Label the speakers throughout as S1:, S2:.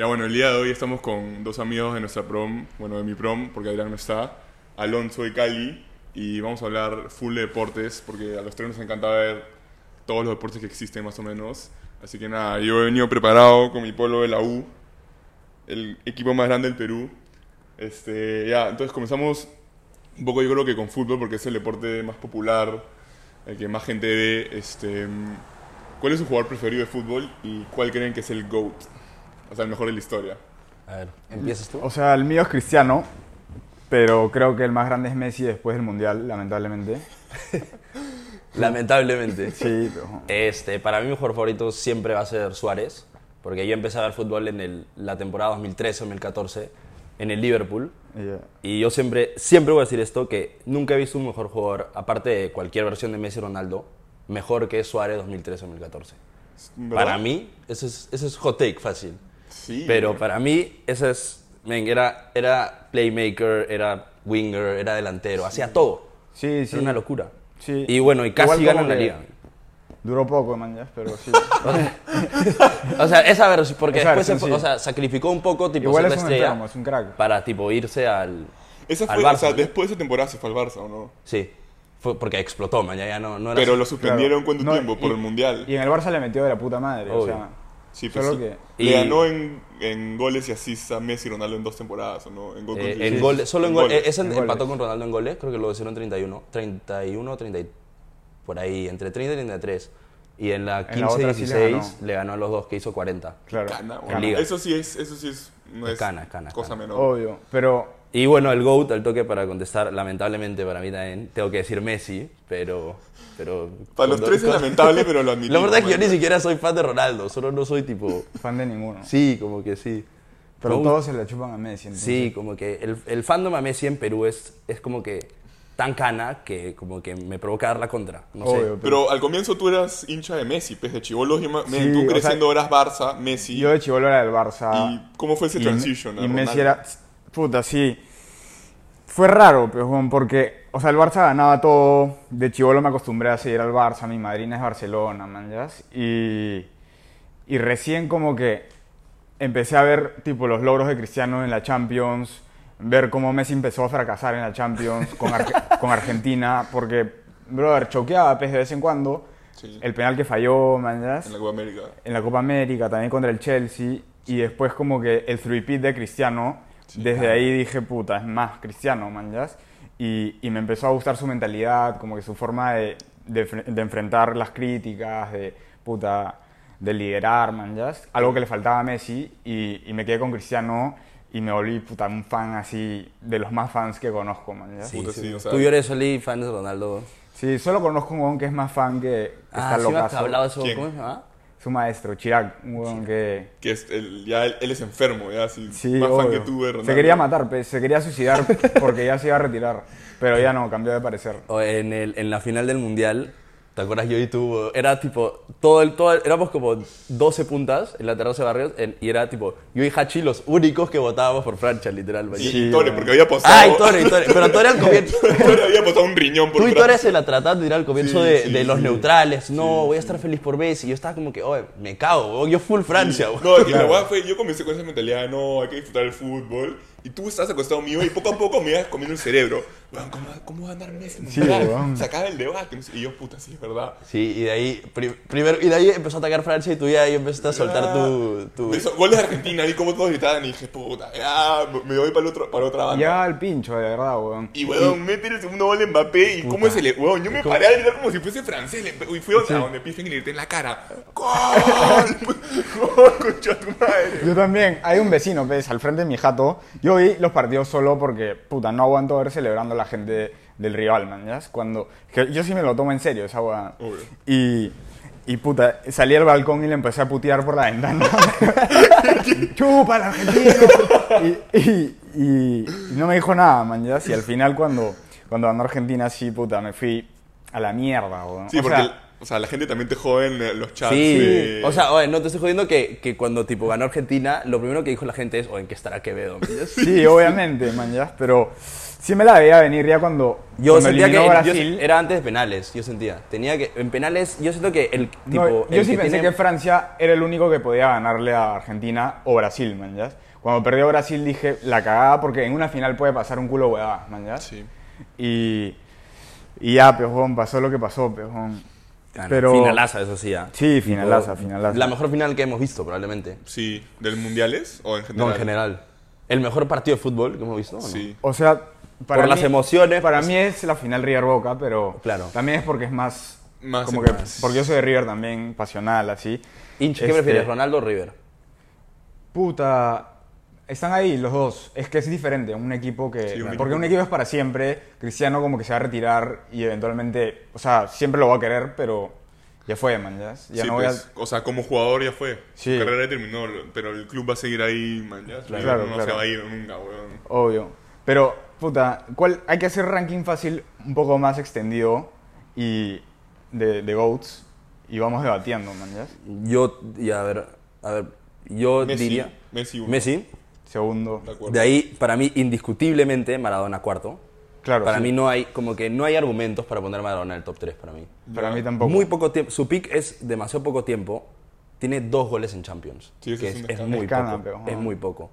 S1: Ya bueno, el día de hoy estamos con dos amigos de nuestra prom, bueno, de mi prom, porque Adrián no está, Alonso y Cali, y vamos a hablar full de deportes, porque a los tres nos encanta ver todos los deportes que existen más o menos. Así que nada, yo he venido preparado con mi pueblo de la U, el equipo más grande del Perú. Este, ya, entonces comenzamos un poco yo creo que con fútbol, porque es el deporte más popular, el que más gente ve. Este, ¿Cuál es su jugador preferido de fútbol y cuál creen que es el GOAT? O sea, el mejor de la historia.
S2: A ver, ¿empiezas tú?
S3: O sea, el mío es Cristiano, pero creo que el más grande es Messi después del Mundial, lamentablemente.
S2: Lamentablemente.
S3: Sí, pero-
S2: Este, para mí mi jugador favorito siempre va a ser Suárez, porque yo empecé a ver fútbol en el- la temporada 2013-2014 en el Liverpool.
S3: yeah.
S2: Y yo siempre, siempre voy a decir esto, que nunca he visto un mejor jugador, aparte de cualquier versión de Messi y Ronaldo, mejor que Suárez 2013-2014.
S1: ¿Verdad?
S2: Para mí, eso es, eso es hot take fácil.
S1: Sí.
S2: Pero para mí, ese es. men, era, era playmaker, era winger, era delantero, hacía todo.
S3: Sí, sí.
S2: Era una locura.
S3: Sí.
S2: Y bueno, y casi
S3: Igual
S2: ganan
S3: como
S2: la
S3: que-
S2: liga.
S3: Duró poco, man, ya, pero sí.
S2: O sea, esa versión, porque
S3: Esa
S2: después se
S3: versión,
S2: fue-
S3: sí.
S2: o sea, sacrificó un poco, tipo,
S3: Igual
S2: ser la
S3: es un
S2: estrella
S3: enfermo, es un crack.
S2: Para, tipo, irse al,
S1: Esa
S2: al
S1: fue,
S2: Barça.
S1: o sea,
S2: ¿no?
S1: después de esa temporada se fue al Barça, ¿o no?
S2: Sí, fue porque explotó, man, ya, ya no, no era
S1: Pero
S2: así.
S1: lo suspendieron
S3: Claro.
S1: cuánto
S3: No,
S1: tiempo
S3: y-
S1: por el Mundial.
S3: Y en el Barça le metió de la puta madre, o
S2: Obvio.
S3: sea.
S1: sí, pues
S3: solo
S1: sí.
S3: que.
S1: Le
S2: Y-
S1: ganó en, en goles y asists a Messi y Ronaldo en dos temporadas, ¿o no? En gol
S2: Eh,
S1: contra-
S2: en
S1: sí.
S2: goles, solo en goles.
S1: goles.
S2: Ese
S3: en
S2: empató
S3: goles.
S2: con Ronaldo en goles, creo que lo hicieron 31, 31, 30, y- por ahí, entre 30 y 33. Y en la
S3: la
S2: 15 y
S3: otra sí le
S2: 16
S3: ganó.
S2: le ganó a los dos, que hizo 40.
S3: Claro.
S1: Cana, bueno.
S2: En liga.
S1: Eso sí es, eso sí es, no es
S2: Cana, cana,
S1: cosa
S2: cana.
S1: menor.
S3: Obvio, pero.
S2: Y bueno, el GOAT, al toque para contestar, lamentablemente para mí también, tengo que decir Messi, pero... pero
S1: Para los
S2: cuando-
S1: tres es
S2: cuando-
S1: lamentable, pero lo admitimos.
S2: La verdad es que yo
S1: man.
S2: ni siquiera soy fan de Ronaldo, solo no soy tipo...
S3: Fan de ninguno.
S2: Sí, como que sí.
S3: Pero
S2: Me
S3: todos se la chupan a Messi. entonces.
S2: Sí, como que el, el fandom a Messi en Perú es, es como que tan cana que como que me provoca dar la contra. No
S3: Obvio,
S2: sé.
S1: Pero al comienzo tú eras hincha de Messi, pues de chivolos. y ma-
S3: Sí,
S1: tú
S3: o sea,
S1: creciendo eras Barça, Messi.
S3: Yo de chivolo era del Barça.
S1: ¿Y cómo fue ese
S3: Y-
S1: transition? a
S3: Y Messi
S1: Ronaldo?
S3: era. Puta, sí. Fue raro, pues, weón, porque, o sea, el Barça ganaba todo. De chivolo me acostumbré a seguir al Barça. Mi madrina es Barcelona, man, ya. Y, y recién, como que empecé a ver, tipo, los logros de Cristiano en la Champions. Ver cómo Messi empezó a fracasar en la Champions con, Ar- con Argentina. Porque, brother, choqueaba pues, de vez en cuando.
S1: Sí.
S3: El penal que falló, man, ya
S1: En la Copa América.
S3: en la Copa América, también contra el Chelsea, y después como que el three-peat de Cristiano, desde ahí dije, puta, es más Cristiano, manjas. Y, y me empezó a gustar su mentalidad, como que su forma de, de fre- de enfrentar las críticas, de puta, de liderar, manjas. Algo que le faltaba a Messi, y, y me quedé con Cristiano y me volví, puta, un fan así, de los más fans que conozco, manjas.
S2: Sí,
S3: Sí.
S1: Puta,
S2: sí,
S1: sí, o sea-
S2: Tú y yo eres Oli, fan de Ronaldo.
S3: solo conozco un weón que es más fan que que
S2: Ah,
S3: está
S2: sí me has
S3: locazo.
S2: hablado de eso.
S1: ¿Quién?
S2: ¿Cómo se llama?
S3: Su maestro, Chirac, un weón que...
S1: Que es el- ya él, él es enfermo, ya. Así,
S3: Sí,
S1: más fan
S3: obvio.
S1: que tú, de Ronaldo.
S3: Se quería matar, pe, se quería suicidar porque ya se iba a retirar. Pero ya no, cambió de parecer.
S2: O en, el, en la final del Mundial, ¿te acuerdas yo y tú? Era tipo, todo el, todo el- éramos como 12 puntas en la terraza de barrios en- y era tipo, yo y Hachi los únicos que votábamos por Francia, literal.
S1: Y,
S2: vaya.
S1: y
S3: Sí,
S1: Torre,
S3: bueno.
S1: porque había apostado.
S2: Ah, y Tore, y Tore. Pero Tore al comienzo...
S1: Torre había apostado un riñón por
S2: Tú y tú
S1: Francia.
S2: eres el atratado de ir al comienzo
S1: Sí,
S2: de,
S1: sí,
S2: de los
S1: sí.
S2: neutrales. No, voy a estar feliz por Messi. Y yo estaba como que, oye, me cago, weón, yo full Francia, weón.
S1: No, es que la verdad fue, yo comencé con esa mentalidad, de, no, hay que disfrutar el fútbol. Y tú estás acostado mío y poco a poco me ibas comiendo el cerebro. Weón, ¿cómo, va- ¿cómo va a andar Messi?
S3: Sí,
S1: Mundial?
S3: weón.
S1: Se acaba el debate. no sé. Y yo, puta, sí, es verdad.
S2: Sí, y de ahí, pri- primero, y de ahí empezó a atacar Francia y tú ya ahí empezaste a soltar tu... tu-
S1: Eso, goles Ah, de Argentina, vi cómo todos gritaban y dije, puta, ya, me voy para, el otro, para otra banda.
S3: Ya al pincho, de verdad, weón.
S1: Ah, Y weón, mete el segundo gol de Mbappé y cómo se le. Weón, yo me paré a gritar como si fuese francés. le- y fui a donde Pippen y le grité en la cara. ¡Gol! ¡Gol, concha tu madre!
S3: Yo también. Hay un vecino, ves, al frente de mi jato. Yo vi los partidos solo porque, puta, no aguanto ver celebrando a la gente del rival, man. ¿ya? Cuando, que yo sí me lo tomo en serio, esa weá.
S1: Obvio.
S3: Y, y, puta, salí al balcón y le empecé a putear por la ventana. ¡Chupa, el argentino! Y, y- y- y no me dijo nada, man. ¿ya? Y al final, cuando, cuando ganó Argentina, sí, puta, me fui a la mierda, weón.
S1: Sí,
S3: O
S1: porque
S3: sea,
S1: el- O sea, la gente también te joden eh, los chats.
S2: Sí.
S1: de-
S2: O sea, oye, no te estoy jodiendo que, que cuando tipo ganó Argentina, lo primero que dijo la gente es, o en qué estará Quevedo. ¿me entiendes?
S3: Sí, obviamente, man, ya, pero sí me la veía venir ya cuando,
S2: Yo
S3: cuando
S2: sentía que
S3: eliminó
S2: en- yo
S3: Brasil.
S2: se- era antes de penales, yo sentía. Tenía que en penales, yo siento que el tipo
S3: No, yo
S2: el
S3: sí
S2: que
S3: pensé
S2: tiene-
S3: que Francia era el único que podía ganarle a Argentina o Brasil, man, ya. Cuando perdió Brasil dije, la cagada, porque en una final puede pasar un culo huevada, man, ya.
S1: Sí.
S3: Y, y ya, pejón, pasó lo que pasó, pejón.
S2: Claro,
S3: pero-
S2: finalaza eso sí. ah.
S3: Sí,
S2: Tipo,
S3: finalaza, finalaza.
S2: La mejor final que hemos visto probablemente.
S1: Sí. ¿Del mundiales o en general?
S2: No en general. El mejor partido de fútbol que hemos visto. ¿o no?
S1: Sí.
S3: O sea, para
S2: Por las
S3: mí-
S2: emociones,
S3: Para
S2: pues-
S3: mí es la final River Boca, pero
S2: Claro.
S3: también es porque es más.
S1: Más-
S3: como que,
S1: más.
S3: Porque yo soy de River también, pasional, así.
S2: Hinch, ¿qué
S3: Este,
S2: prefieres, Ronaldo o River?
S3: Puta. Están ahí los dos. Es que es diferente. Un equipo que.
S1: Sí, un
S3: porque
S1: equipo.
S3: un equipo es para siempre. Cristiano, como que se va a retirar y eventualmente. O sea, siempre lo va a querer, pero ya fue, man. Ya, ya
S1: Sí,
S3: no voy
S1: pues, O sea, como jugador ya fue.
S3: Sí.
S1: Su carrera ya terminó, pero el club va a seguir ahí, man. ya.
S3: Claro,
S1: River no
S3: claro.
S1: se va a ir nunca, weón.
S3: a. Obvio. Pero, puta, ¿cuál, hay que hacer ranking fácil un poco más extendido y de, de GOATs y vamos debatiendo, man. Ya.
S2: Yo, ya, a ver, a ver, yo
S1: Messi,
S2: diría.
S1: Messi uno.
S2: Messi.
S3: Segundo.
S1: De acuerdo.
S2: De ahí, para mí, indiscutiblemente, Maradona cuarto.
S3: Claro,
S2: Para
S3: sí.
S2: mí no hay, como que no hay argumentos para poner a Maradona en el top 3 para mí.
S3: Para mí tampoco.
S2: Muy poco tiempo. Su pick es demasiado poco tiempo. Tiene dos goles en Champions.
S1: Sí, eso
S2: que
S1: es
S2: es,
S1: un
S2: es
S1: escándalo.
S2: muy
S3: Escándalo,
S2: poco.
S3: pero,
S2: Es
S3: ajá.
S2: muy poco.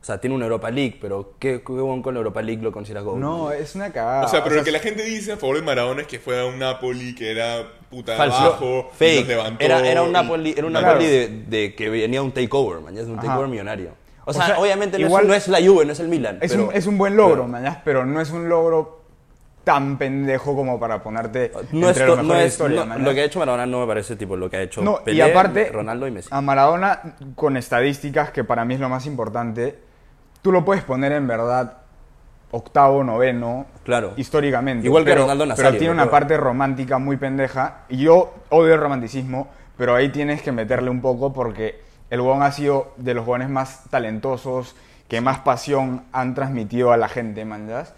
S2: O sea, tiene una Europa League, pero ¿qué, qué buen con la Europa League lo consideras gol?
S3: No, es una cagada.
S1: O sea, pero lo que la gente dice a favor de Maradona es que fue a un Napoli que era puta
S2: Falso.
S1: abajo, y
S2: Fake.
S1: los levantó.
S2: Era, era un
S1: y-
S2: Napoli, era un
S3: Claro.
S2: Napoli de, de que venía un takeover, man. Es un
S3: Ajá.
S2: takeover millonario. O sea,
S3: O sea,
S2: obviamente no,
S3: igual-
S2: es, no es la Juve, no es el Milan.
S3: Es,
S2: pero-
S3: un, es un buen logro,
S2: pero-
S3: mañas, pero no es un logro tan pendejo como para ponerte
S2: No es,
S3: entre
S2: to-
S3: los
S2: no
S3: mejores de la
S2: es-
S3: historia,
S2: no-
S3: mañas.
S2: lo que ha hecho Maradona no me parece tipo lo que ha hecho
S3: No, y
S2: Pelé,
S3: aparte, Ah,
S2: Ronaldo y Messi.
S3: a Maradona, con estadísticas, que para mí es lo más importante, tú lo puedes poner en verdad octavo, noveno,
S2: Claro.
S3: históricamente.
S2: Igual que
S3: pero-
S2: Ronaldo Nazario,
S3: Pero tiene
S2: creo.
S3: una parte romántica muy pendeja, y yo odio el romanticismo, pero ahí tienes que meterle un poco porque el huevón ha sido de los huevones más talentosos, que más pasión han transmitido a la gente, manjas.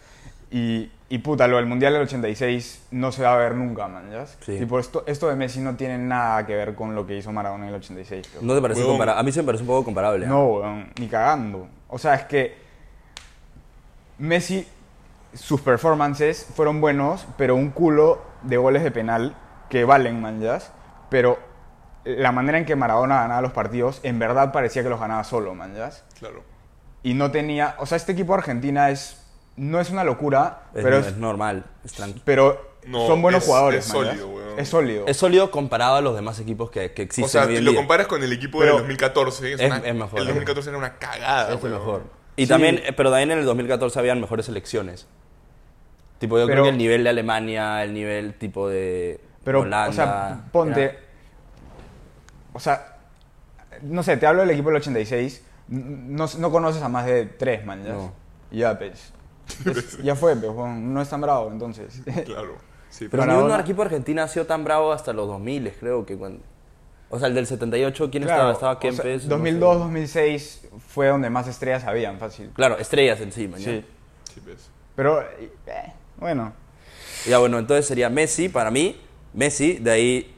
S3: Y, y puta, lo del Mundial del 86 no se va a ver nunca, manjas.
S2: Sí.
S3: Tipo, esto, esto de Messi no tiene nada que ver con lo que hizo Maradona en el 86. creo.
S2: No te parece
S1: Huevón.
S2: compara- A mí se me parece un poco comparable. ¿eh?
S3: No, weón, ni cagando. O sea, es que Messi, sus performances fueron buenos, pero un culo de goles de penal que valen, manjas. Pero la manera en que Maradona ganaba los partidos, en verdad parecía que los ganaba solo, manjas.
S1: Claro.
S3: Y no tenía... O sea, este equipo de Argentina es... No es una locura,
S2: Es,
S3: pero,
S2: es
S3: es-
S2: normal. Es, tranqui-
S3: pero
S1: No,
S3: son buenos
S1: es-
S3: jugadores,
S1: es
S3: manjas.
S1: sólido, weón.
S3: Es sólido.
S2: es sólido comparado a los demás equipos que, que
S1: O
S2: existen
S1: sea,
S2: hoy
S1: si
S2: en
S1: lo
S2: día.
S1: comparas con el equipo
S3: Pero
S1: del 2014, es,
S2: es-
S1: una-
S2: es mejor.
S1: El 2014 era una cagada,
S2: Es el
S1: weón.
S2: mejor. Ah, Y
S3: Sí.
S2: también, eh, pero también en el 2014 habían mejores selecciones. Tipo, yo
S3: Pero-
S2: creo que el nivel de Alemania, el nivel tipo de
S3: Pero,
S2: Holanda...
S3: o sea, ponte.
S2: era-
S3: O sea, no sé, te hablo del equipo del 86. n- No, no conoces a más de tres, man. Ya,
S2: No.
S3: ya pues. Es- ya fue, pues, weón, no es tan bravo, entonces.
S1: Claro. Sí,
S2: Pero
S3: Para
S2: ningún
S3: ahora-
S2: equipo argentino ha sido tan bravo hasta los 2000, creo que cuando... O sea, el del 78, ¿quién estaba?
S3: Claro,
S2: Estaba
S3: o sea,
S2: Kempes. no sé.
S3: 2002, 2006 fue donde más estrellas habían, fácil.
S2: Claro, estrellas encima. ¿ya?
S3: Sí.
S1: sí, pues. ves.
S3: Pero, eh, bueno.
S2: Ya bueno, entonces sería Messi para mí, Messi, de ahí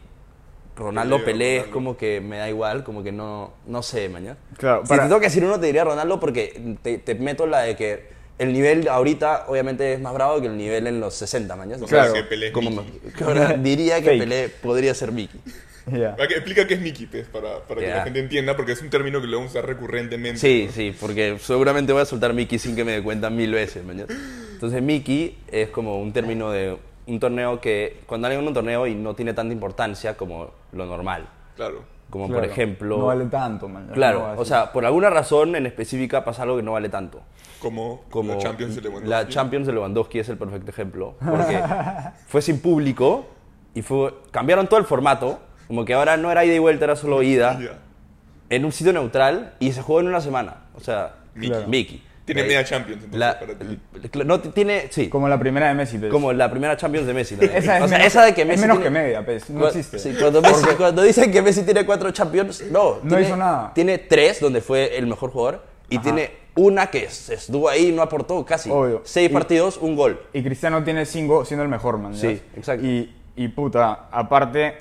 S2: Ronaldo
S1: Pelé,
S2: Pelé, es
S1: Ronaldo.
S2: como que me da igual, como que no, no sé, mañana.
S3: Claro,
S2: si
S3: para-
S2: te tengo que decir uno, te diría Ronaldo porque te, te meto la de que el nivel ahorita obviamente es más bravo que el nivel en los 60, mañana.
S1: O sea,
S3: Claro.
S1: que Pelé es
S2: como
S1: Mickey.
S2: me- que ahora diría que
S3: Fake.
S2: Pelé podría ser Mickey.
S3: Ya.
S1: Para que- Explica qué es Mickey, pues, para, para que
S2: Ya.
S1: la gente entienda, porque es un término que lo vamos a usar recurrentemente.
S2: Sí, sí, porque seguramente voy a soltar Mickey sin que me dé cuenta mil veces, mañana. Entonces Mickey es como un término de un torneo que cuando alguien gana un torneo y no tiene tanta importancia como lo normal.
S1: Claro.
S2: Como por
S3: Claro,
S2: ejemplo...
S3: No vale tanto, man. ya,
S2: claro,
S3: no vale
S2: o sea, por alguna razón en específica pasa algo que no vale tanto.
S1: Como,
S2: Como
S1: la Champions de Lewandowski.
S2: la Champions de Lewandowski es el perfecto ejemplo. Porque fue sin público y fue, cambiaron todo el formato. Como que ahora no era ida y vuelta, era solo ida.
S1: Ya.
S2: En un sitio neutral y se jugó en una semana. O sea,
S1: Claro.
S2: Mickey.
S1: Tiene
S2: La-
S1: media Champions, entonces,
S2: la-
S1: para ti.
S2: la- no, t- tiene, sí,
S3: Como la primera de Messi, pues.
S2: como la primera Champions de Messi. ¿no?
S3: Esa es
S2: O sea,
S3: menos-
S2: esa de que
S3: es
S2: Messi
S3: menos
S2: tiene-
S3: que media, pues, no
S2: Cu-
S3: existe.
S2: sí, cuando, Messi- cuando dicen que Messi tiene cuatro Champions, no.
S3: No
S2: tiene-
S3: hizo nada.
S2: Tiene tres, donde fue el mejor jugador, y
S3: Ajá.
S2: tiene una que es- estuvo ahí y no aportó casi.
S3: Obvio.
S2: Seis
S3: Y-
S2: partidos, un gol.
S3: Y Cristiano tiene 5 siendo el mejor, man. ¿ya?
S2: Sí, exacto.
S3: Y, y puta, aparte,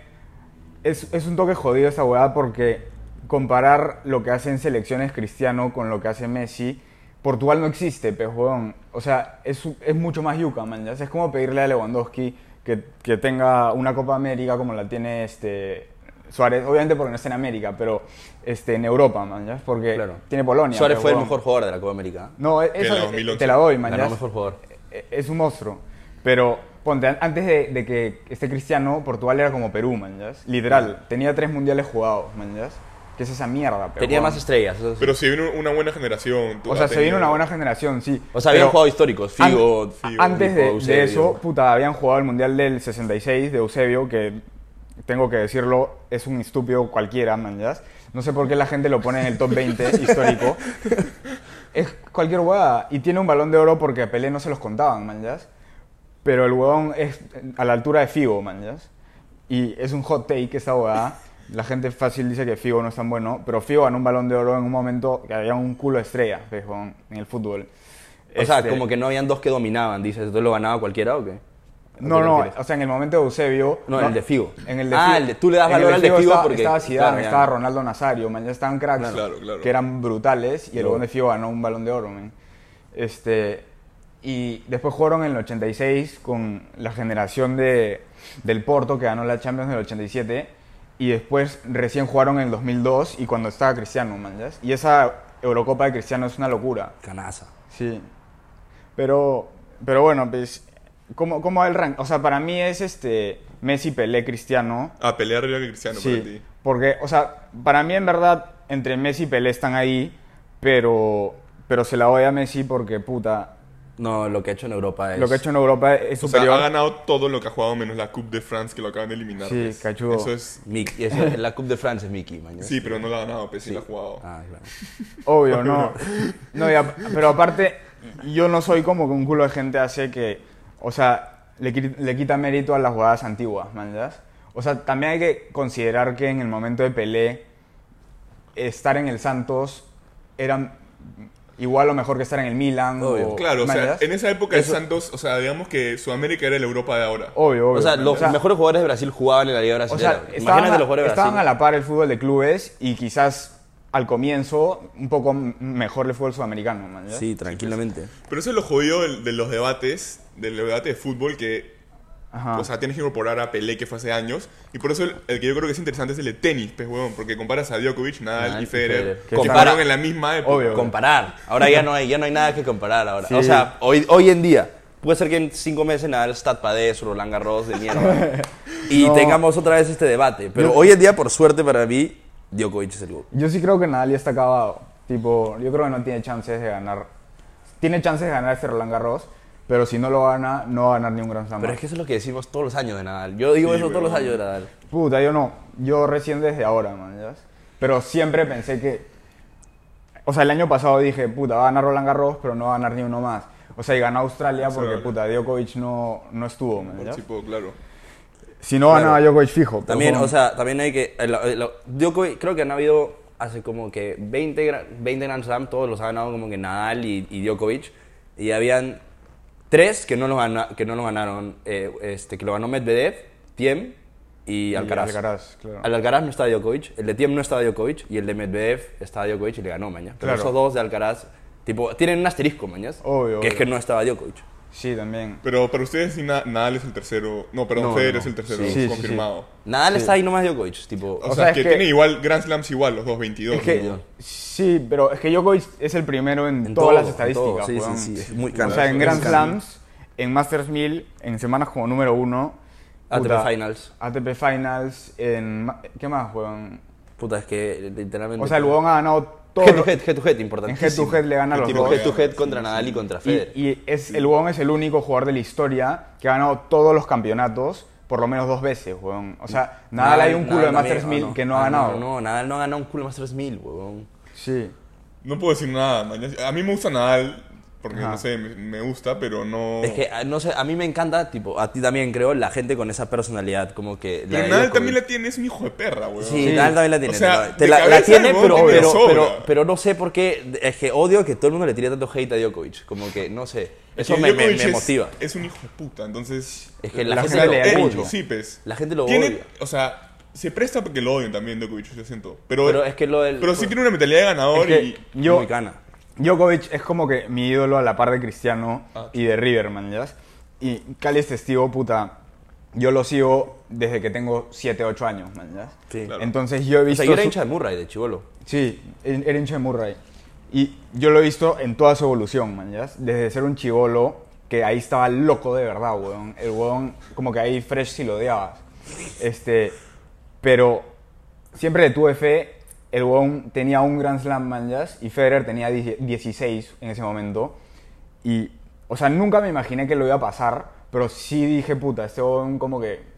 S3: es, es un toque jodido esa hueá porque comparar lo que hacen selecciones Cristiano con lo que hace Messi, Portugal no existe, pejodón. O sea, es, un- es mucho más yuca, man. ya. Es como pedirle a Lewandowski que, que tenga una Copa América como la tiene este Suárez, obviamente porque no está en América, pero este, en Europa, man, ya. Porque
S2: Claro.
S3: tiene Polonia.
S2: Suárez fue el
S3: pejodón.
S2: mejor jugador de la Copa América.
S3: No, e-
S1: en
S3: eso
S1: la
S3: eh,
S1: 2011.
S3: te la doy, man.
S2: Ganó
S3: ya.
S2: mejor jugador.
S3: Eh, es un monstruo. Pero, ponte, an- antes de, de que esté Cristiano, Portugal era como Perú, man, ya. Literal, tenía tres mundiales jugados, man, ya. Que es esa mierda,
S2: Tenía
S3: pejodón.
S2: más estrellas. eso sí.
S1: Pero si vino una buena generación. tú
S3: O sea,
S1: has
S3: se
S1: tenido-
S3: vino una buena generación, sí.
S2: o sea, habían
S3: Pero
S2: jugado históricos.
S3: an-
S2: Figo,
S3: a-
S1: Figo,
S3: antes de,
S2: Nico,
S3: de
S2: Eusebio.
S3: eso, puta, habían jugado el Mundial del 66 de Eusebio, que tengo que decirlo, es un estúpido cualquiera, man, ya. No sé por qué la gente lo pone en el top 20 histórico. Es cualquier hueá. Y tiene un balón de oro porque a Pelé no se los contaban, man, ya. Pero el huevón es a la altura de Figo, man, ya. Y es un hot take esa hueá. La gente fácil dice que Figo no es tan bueno, pero Figo ganó un balón de oro en un momento que había un culo de estrella, pues, huevón, en el fútbol.
S2: O sea,
S3: Este,
S2: como que no habían dos que dominaban, dices. ¿Entonces lo ganaba cualquiera o qué? ¿A
S3: No,
S2: qué te
S3: no,
S2: refieres?
S3: o sea, en el momento de Eusebio...
S2: No, en el de Figo.
S3: En el de
S2: Ah,
S3: Figo-
S2: el de- tú le das
S3: en el
S2: valor al de Figo
S3: estaba-
S2: porque-
S3: Estaba Zidane,
S2: claro, ya.
S3: estaba Ronaldo Nazario, man, ya estaban cracks
S1: Claro, claro.
S3: que eran brutales y el
S2: Claro.
S3: huevón de Figo ganó un balón de oro, man. Este, y después jugaron en el 86 con la generación de, del Porto que ganó la Champions en el 87 y después recién jugaron en el 2002 y cuando estaba Cristiano, man, ya. Y esa Eurocopa de Cristiano es una locura.
S2: Canaza.
S3: Sí. Pero, pero bueno, pues, ¿cómo, cómo va el rank? O sea, para mí es este Messi, Pelé, Cristiano.
S1: A pelear Ah, arriba que Cristiano para
S3: sí.
S1: ti.
S3: Porque, o sea, para mí en verdad entre Messi y Pelé están ahí, pero, pero se la doy a Messi porque, puta,
S2: No, lo que ha hecho en Europa es.
S3: lo que ha hecho en Europa es
S1: O sea, ha
S3: superior.
S1: ganado todo lo que ha jugado menos la Coupe de France que lo acaban de eliminar.
S3: Sí,
S1: pues.
S3: cachudo.
S1: Eso es.
S2: Mickey, eso, en la Coupe de France es Mickey, mañana.
S1: Sí, pero no la ha ganado, pues sí, la ha jugado.
S2: Ah, claro.
S3: Obvio, no. no y a- pero aparte, yo no soy como que un culo de gente hace que, o sea, le, qui- le quita mérito a las jugadas antiguas, ¿me entiendes? O sea, también hay que considerar que en el momento de Pelé, estar en el Santos era igual o mejor que estar en el Milan.
S2: Obvio.
S3: o-
S1: Claro, o
S3: ¿me
S1: sea,
S3: entiendes?
S1: en esa época el Santos, o sea, digamos que Sudamérica era la Europa de ahora.
S3: Obvio, obvio.
S2: O sea,
S3: ¿me
S2: los
S3: entiendes?
S2: mejores jugadores de Brasil jugaban en la Liga
S3: O
S2: Brasileña.
S3: sea, estaban,
S2: Imagínate
S3: a,
S2: los jugadores de
S3: estaban
S2: Brasil.
S3: a la par el fútbol de clubes y quizás al comienzo un poco m- mejor el fútbol sudamericano, ¿me entiendes?
S2: Sí, tranquilamente.
S1: Pero eso es lo jodido del- de, los debates, del debate de fútbol que,
S3: Ajá.
S1: o sea, tienes que incorporar a Pelé que fue hace años. Y por eso el, el que yo creo que es interesante es el de tenis, pues, huevón, porque comparas a Djokovic, Nadal
S2: Nadal
S1: y
S2: y
S1: Federer.
S2: Federer.
S1: Que
S2: Compara-
S1: jugaron en la misma época.
S3: Obvio.
S2: Comparar. Ahora ya no hay, ya no hay nada que comparar ahora.
S3: Sí.
S2: O sea, hoy, hoy en día. Puede ser que en cinco meses Nadal Stat Padez o Roland Garros de mierda. y
S3: No.
S2: tengamos otra vez este debate. Pero
S3: Yo-
S2: hoy en día, por suerte para mí, Djokovic es el GOAT.
S3: Yo sí creo que Nadal ya está acabado. Tipo, yo creo que no tiene chances de ganar. Tiene chances de ganar este Roland Garros, pero si no lo gana, no va a ganar ni un Grand Slam.
S2: Pero es que eso es lo que decimos todos los años de Nadal. Yo digo
S1: Sí,
S2: eso todos los
S1: weón.
S2: años de Nadal.
S3: Puta, yo no. Yo recién desde ahora, man. ¿ya ves? Pero siempre pensé que... O sea, el año pasado dije, puta, va a ganar Roland Garros, pero no va a ganar ni uno más. O sea, y ganó Australia porque,
S1: Australia.
S3: puta, Djokovic no, no estuvo, man. ¿ya?
S1: Por tipo, claro.
S3: Si no
S2: Claro.
S3: ganaba Djokovic fijo. pero
S2: También,
S3: como-
S2: o sea, también hay que... eh, el- el- Djokovic, creo que han habido hace como que 20, gra- 20 Grand Slam, todos los ha ganado como que Nadal y, y Djokovic. Y habían tres que no lo, gana- que no lo ganaron. eh, este, que lo ganó Medvedev, Tiem y Alcaraz.
S3: Alcaraz, claro.
S2: Al Alcaraz no estaba Djokovic, el de Tiem no estaba Djokovic y el de Medvedev estaba Djokovic y le ganó, mañana. Pero
S3: Claro.
S2: esos dos de Alcaraz, tipo, tienen un asterisco, mañas.
S3: Obvio,
S2: Que es
S3: obvio.
S2: que no estaba Djokovic.
S3: Sí, también.
S1: Pero para ustedes, sí, Na- Nadal es el tercero. No, perdón,
S3: No,
S1: Federer
S3: no.
S1: es el tercero,
S3: Sí, sí, sí, sí.
S1: confirmado.
S2: Nadal está ahí nomás Djokovic, tipo...
S1: O, sea,
S3: sea,
S1: es que,
S3: es que-
S1: tiene igual Grand Slams igual, los dos 22.
S3: Es que-
S1: ¿no?
S3: sí, pero es que Djokovic es el primero en,
S2: En
S3: todas
S2: todo,
S3: las
S2: en
S3: estadísticas.
S2: todo. Sí, sí,
S3: weón.
S2: sí, es muy
S3: O
S2: caro.
S3: sea, en
S1: Es
S3: Grand
S1: caro.
S3: Slams, en Masters 1000, en semanas como número uno.
S2: ATP Finals.
S3: ATP Finals, en... ma- ¿Qué más, weón?
S2: Puta, es que literalmente...
S3: O sea, el weón ha ganado todo.
S2: Head to
S3: lo-
S2: head, head to head,
S3: En
S2: importantísimo.
S3: head to head le gana a los
S2: Tipo
S3: dos.
S2: head to head contra Nadal y contra
S3: Y,
S2: Federer.
S3: y es, el weón es el único jugador de la historia que ha ganado todos los campeonatos por lo menos dos veces, weón. O sea, Nadal hay un culo de
S2: Mm. también,
S3: Masters
S2: ¿o
S3: 1000 que no ha
S2: Ah,
S3: ganado.
S2: No, Nadal no ha ganado un culo de Masters 1000, huevón.
S3: Sí.
S1: No puedo decir nada, man. A mí me gusta Nadal, porque
S3: Ajá.
S1: no sé, me, me gusta, pero no.
S2: Es que, ah, no sé, a mí me encanta, tipo, a ti también creo, la gente con esa personalidad, como que... la
S1: pero
S2: de
S1: Nadal
S2: Djokovic.
S1: también la tiene, es un hijo de perra, weón.
S2: Sí, Nadal también la tiene.
S1: O sea,
S2: ¿no? Te
S1: de
S2: la, la
S1: cabeza
S2: tiene,
S1: el
S2: pero,
S1: huevón tiene
S2: pero,
S1: sobra.
S2: pero, pero no sé por qué. Es que odio que todo el mundo le tire tanto hate a Djokovic. Como que, no sé. Eso
S1: Y
S2: me, me-
S1: Djokovic
S2: me
S1: es-
S2: motiva.
S1: Es un hijo de puta, entonces.
S2: Es que la,
S3: la
S2: gente,
S3: gente le
S2: lo
S3: da
S2: odia.
S1: Él,
S3: mucho.
S1: sí, pues.
S2: La gente lo
S1: Tiene,
S2: odia.
S1: o sea, se presta para que lo odien también, Djokovic, yo siento. Pero,
S2: Pero es que lo del.
S1: pero sí tiene una mentalidad de
S3: Es
S1: ganador
S3: que
S1: y...
S2: Yo.
S3: yo, Djokovic es como que mi ídolo a la par de Cristiano
S1: Ah,
S3: y de Riverman, ¿ya? Y Cali es testigo, puta. Yo lo sigo desde que tengo 7, 8 años, man, ¿ya?
S2: Sí.
S1: Claro.
S3: Entonces yo he
S2: O
S3: visto...
S2: sea, yo era
S3: su-
S2: hincha de Murray, de chivolo.
S3: Sí, er- era hincha de Murray. Y yo lo he visto en toda su evolución, man, ¿ya? Desde ser un chivolo, que ahí estaba loco de verdad, weón. El weón, como que ahí fresh si lo odiabas. Este, pero siempre le tuve fe. El weón tenía un Grand Slam, man, ¿ya? Y Federer tenía 10 16 en ese momento. Y, o sea, nunca me imaginé que lo iba a pasar, pero sí dije, puta, este weón como que...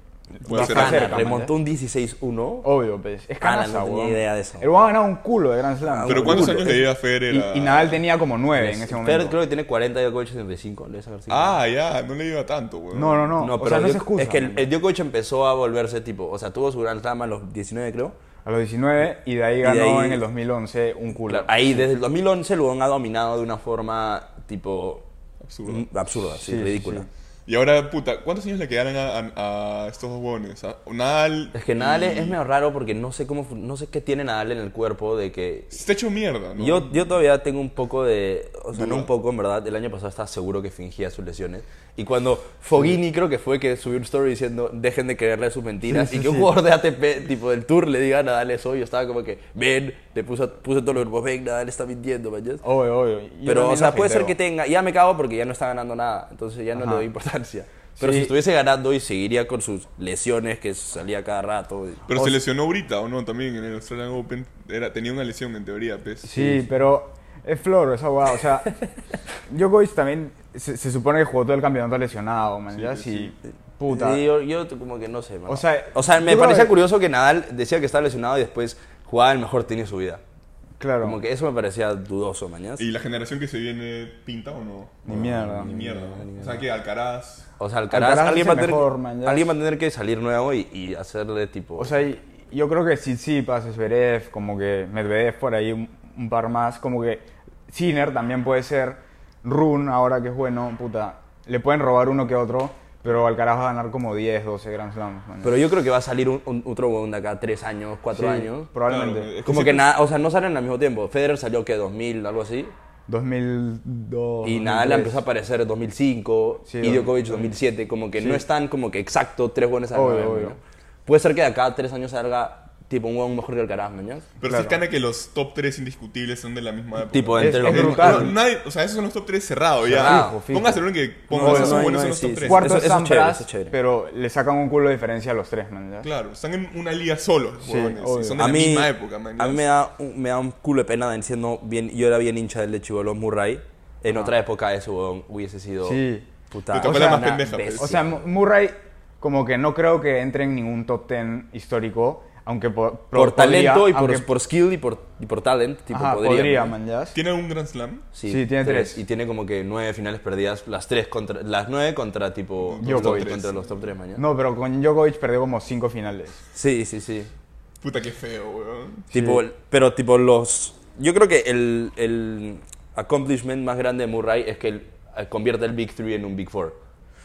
S1: Puede
S3: va
S1: ser.
S3: para
S1: Gana,
S3: cerca, man, ¿ya?
S2: remontó un 16-1.
S3: Obvio, pues. Es
S2: Ah, no
S3: canasa,
S2: tenía
S3: weón.
S2: idea de eso.
S3: El weón ha ganado un culo de Grand Slam.
S2: Ah,
S1: Pero
S3: un
S1: ¿cuántos
S3: culo.
S1: años le lleva Federer a-
S3: Y, y Nadal tenía como nueve en ese momento.
S2: Federer creo que tiene 40 y Djokovic 75. Le voy a sacar cinco.
S1: Ah, ya, no le lleva tanto, weón.
S3: No, no, no. o sea, no
S2: Djok-
S3: se excusa.
S2: Es que el,
S3: man.
S2: el Djokovic empezó a volverse tipo. O sea, tuvo su gran slam a los 19, creo.
S3: A los 19 y de ahí
S2: de
S3: ganó
S2: ahí-
S3: en el 2011 un culo.
S2: Claro, ahí desde el 2011 el huevón ha dominado de una forma tipo.
S1: Absurda.
S2: mm, Absurda, sí,
S3: Sí, sí,
S2: ridícula.
S3: sí.
S1: Y ahora, puta, ¿cuántos años le quedaron a, a- a estos dos huevones? A Nadal...
S2: Es que Nadal es, es medio raro porque no sé cómo. fu- No sé qué tiene Nadal en el cuerpo de que.
S1: Se está hecho mierda, ¿no?
S2: Yo, yo todavía tengo un poco de. O sea, no
S1: Duda.
S2: un poco, en verdad. El año pasado estaba seguro que fingía sus lesiones. Y cuando Foghini, creo que fue que subió un story diciendo dejen de creerle a sus mentiras.
S3: Sí, sí,
S2: y que un
S3: sí.
S2: jugador de ATP, tipo del Tour, le diga a Nadal eso. Yo estaba como que, ven, te puse, puse todos los grupos, ven, Nadal está mintiendo, man. ¿yes?
S3: Obvio, obvio. Yo
S2: Pero, o
S3: también
S2: sea,
S3: lo
S2: puede ser que
S3: hateeo.
S2: tenga. Ya me cago porque ya no está ganando nada. Entonces ya no le
S3: Ajá.
S2: doy importancia. Pero
S3: Sí.
S2: si estuviese ganando y seguiría con sus lesiones que salía cada rato. y-
S1: Pero se lesionó ahorita, ¿o no? También en el Australian Open era, tenía una lesión, en teoría, pues.
S3: Sí, pero es flor esa guada. O sea, Djokovic también se, se supone que jugó todo el campeonato lesionado, man. ya, sí. Puta.
S2: Sí, yo, yo t- como que no sé. mano.
S3: O sea,
S2: o sea me
S3: yo creo
S2: parecía
S3: que-
S2: curioso que Nadal decía que estaba lesionado y después jugaba el mejor tenis de su vida.
S3: claro.
S2: Como que eso me parecía dudoso, mañana.
S1: ¿Y la generación que se viene pinta o no?
S3: Ni
S1: O-
S3: mierda.
S1: Ni mierda. ¿no? O sea, que Alcaraz...
S2: O sea, Alcaraz,
S3: Alcaraz
S2: alguien,
S3: es
S2: va a
S3: el
S2: tener,
S3: mejor, man, ya.
S2: alguien va a tener que salir nuevo y, y hacerle tipo...
S3: O sea, y- yo creo que Tsitsipas, Zverev, como que Medvedev por ahí, un, un par más, como que Sinner también puede ser, Run ahora que es bueno, puta, le pueden robar uno que otro, pero Alcaraz va a ganar como 10, 12 Grand Slams. man.
S2: pero yo creo que va a salir un, un- otro huevón de acá tres años, cuatro
S3: Sí,
S2: años.
S3: Probablemente.
S1: Claro, eh. es que
S2: Como que
S1: siempre-
S2: nada, o sea, no salen al mismo tiempo. Federer salió que 2000, algo así.
S3: 2002.
S2: Y Nadal empezó a
S3: 2003.
S2: aparecer en 2005,
S3: Sí,
S2: y Djokovic 2007, como que no están como que exacto tres buenos años.
S3: Obvio, obvio.
S2: Puede ser que de acá a tres años salga tipo un huevón mejor que Alcaraz, ¿no?
S1: Pero sí
S3: Claro.
S1: es cana que los top 3 indiscutibles son de la misma época.
S2: Tipo,
S3: Es-
S2: entre los
S3: es
S2: mismos.
S3: brutal.
S1: No, nadie- o sea, esos son los top 3 cerrados, ya.
S2: Cerrado,
S1: Fijo,
S3: fijo.
S1: Póngase uno que pongas
S3: No,
S1: esos
S3: no hay,
S1: buenos
S2: no hay,
S1: son los
S2: sí,
S1: top
S2: sí.
S1: 3.
S2: Cuarto-
S3: Cuartos
S2: Eso- eso es chévere, eso es
S3: Sampras,
S2: chévere.
S3: pero le sacan un culo de diferencia a los tres, man. ¿ya?
S1: Claro, están en una liga solos, los
S3: Sí,
S1: huevones, y
S3: obvio.
S1: son de
S2: A
S1: la
S2: mí,
S1: misma época, man.
S2: a mí me da, un, me da un culo de pena de siendo bien, yo era bien hincha del de Chibolón Murray. En otra época eso huevón hubiese sido
S3: Sí.
S2: puta.
S1: Te tocó
S2: o sea,
S3: la más
S2: una
S1: pendeja, pues.
S2: bestia.
S3: O sea, Mu- Murray, como que no creo que entre en ningún top 10 histórico, aunque por,
S2: por talento y por,
S3: aunque-
S2: por skill y por, y por talent, tipo,
S3: Ajá,
S2: podría.
S3: podría,
S2: ¿no?
S3: man, ¿ya?
S1: ¿Tiene un Grand Slam?
S2: Sí,
S3: Sí, tiene tres.
S2: Y tiene como que nueve finales perdidas, las tres contra, las nueve contra tipo
S1: Los
S2: los
S3: top
S2: top-
S3: tres.
S2: contra los top tres mañana.
S3: No, pero con Djokovic perdió como cinco finales.
S2: Sí, sí, sí.
S1: Puta, qué feo, weón.
S2: Tipo, pero tipo los, yo creo que el, el accomplishment más grande de Murray es que él, eh, convierte el Big Three en un Big Four.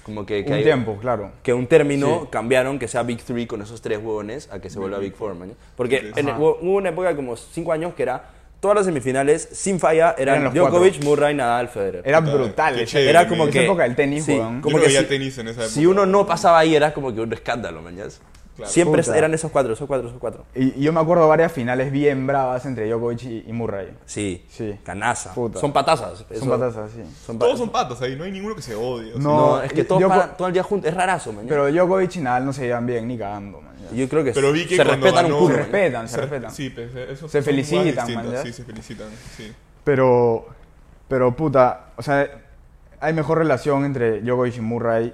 S2: Como que, que
S3: Un
S2: hay-
S3: tiempo, claro.
S2: Que un término
S3: Sí.
S2: cambiaron que sea Big Three con esos tres huevones a que se vuelva Big Four, maña. Porque en-
S3: Ajá.
S2: hubo hubo una época de como cinco años que era todas las semifinales sin falla eran,
S3: Eran los
S2: Djokovic, Murray, Nadal, Federer.
S3: Era
S1: Puta,
S3: brutal.
S1: qué
S3: esa-
S1: chévere,
S2: Era
S1: man.
S2: como
S3: Esa
S2: que.
S3: época del tenis,
S2: sí,
S3: weón.
S2: como
S1: Yo no
S2: que
S1: veía
S2: si-
S1: tenis en esa
S2: Si
S1: época.
S2: uno no pasaba ahí era como que un escándalo, man. ¿ya ves?
S1: Claro.
S2: Siempre
S3: Puta.
S2: eran esos cuatro, esos cuatro, esos cuatro.
S3: Y y yo me acuerdo varias finales bien bravas entre Djokovic y, y Murray.
S2: Sí.
S3: Sí.
S2: Canaza.
S3: Puta.
S2: Son patazas.
S3: Son patazas, sí.
S2: son pa-
S1: Todos son patas ahí, no hay ninguno que se odie. o sea.
S3: No.
S2: No, es que todos
S3: yo-
S2: paran todo el día juntos. Es rarazo, man. ¿ya?
S3: Pero Djokovic y Nadal no se llevan bien ni cagando, man. ya.
S2: yo creo que,
S1: Pero vi que
S2: se
S1: cuando
S2: respetan
S1: ganó-
S2: un culo.
S3: Se
S1: pero-
S2: man, ¿ya?
S3: respetan, se respetan.
S1: Sí, pues, esos
S3: Se
S1: son jugadas
S3: felicitan,
S1: distintas,
S3: man, ya.
S1: Sí, se felicitan, sí.
S3: Pero, pero puta, o sea, hay mejor relación entre Djokovic y Murray,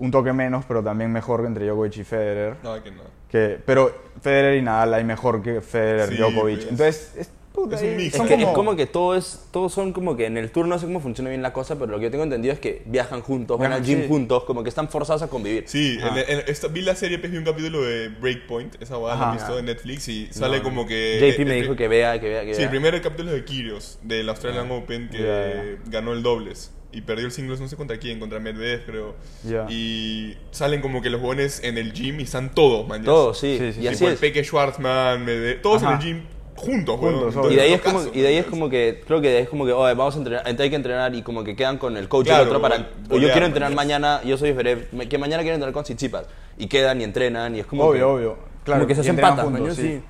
S3: un toque menos, pero también mejor que entre Djokovic y Federer.
S1: No, que no.
S3: Que, pero Federer y Nadal hay mejor que Federer,
S1: Sí,
S3: Djokovic.
S1: pues.
S3: Entonces, es, puta,
S1: Es un
S3: ahí
S1: mix.
S2: Es
S3: son
S2: que
S3: como-
S2: es como que todo es, todos son como que en el tour no sé cómo funciona bien la cosa, pero lo que yo tengo entendido es que viajan juntos, van
S3: Viajan,
S2: al gym
S3: sí.
S2: juntos, como que están forzados a convivir.
S1: Sí,
S3: Ajá.
S1: en- en- esta- vi la serie, pues, vi un capítulo de Breakpoint, esa guada la he
S3: Ajá.
S1: visto en Netflix y sale
S3: No.
S1: como que...
S2: JP me
S1: el-
S2: dijo que vea, que vea, que
S1: eh, Sí, el
S2: vea.
S1: primer capítulo es de Kyrgios, del Australian Open, que
S3: Ya,
S1: ganó el dobles y perdió el singles, no sé contra quién, contra Medvedev, creo.
S3: Ya.
S1: Y salen como que los jóvenes en el gym y están todos, man. ya.
S2: Todos, sí.
S3: Sí, sí,
S2: y
S3: sí.
S2: así
S1: Tipo el
S2: es.
S1: Peque Schwartzman, Medvedev, todos en
S3: Ajá.
S1: el gym juntos, weón.
S3: Juntos,
S1: Entonces,
S2: Y de ahí es
S1: locazo,
S2: como, y de ahí es
S1: ¿no?
S2: como que, creo que de ahí es como que, oye, vamos a entrenar, entonces hay que entrenar y como que quedan con el coach
S1: Claro,
S2: del otro para,
S1: o-
S2: o yo
S1: bolear,
S2: quiero entrenar
S1: ¿no?
S2: mañana, yo soy Zverev, me- que mañana quiero entrenar con Tsitsipas. Y quedan y entrenan y es como que,
S3: Obvio, obvio. Claro,
S2: como que se
S3: y
S2: hacen
S3: entrenan
S2: patas,
S3: juntos,
S2: maño, sí.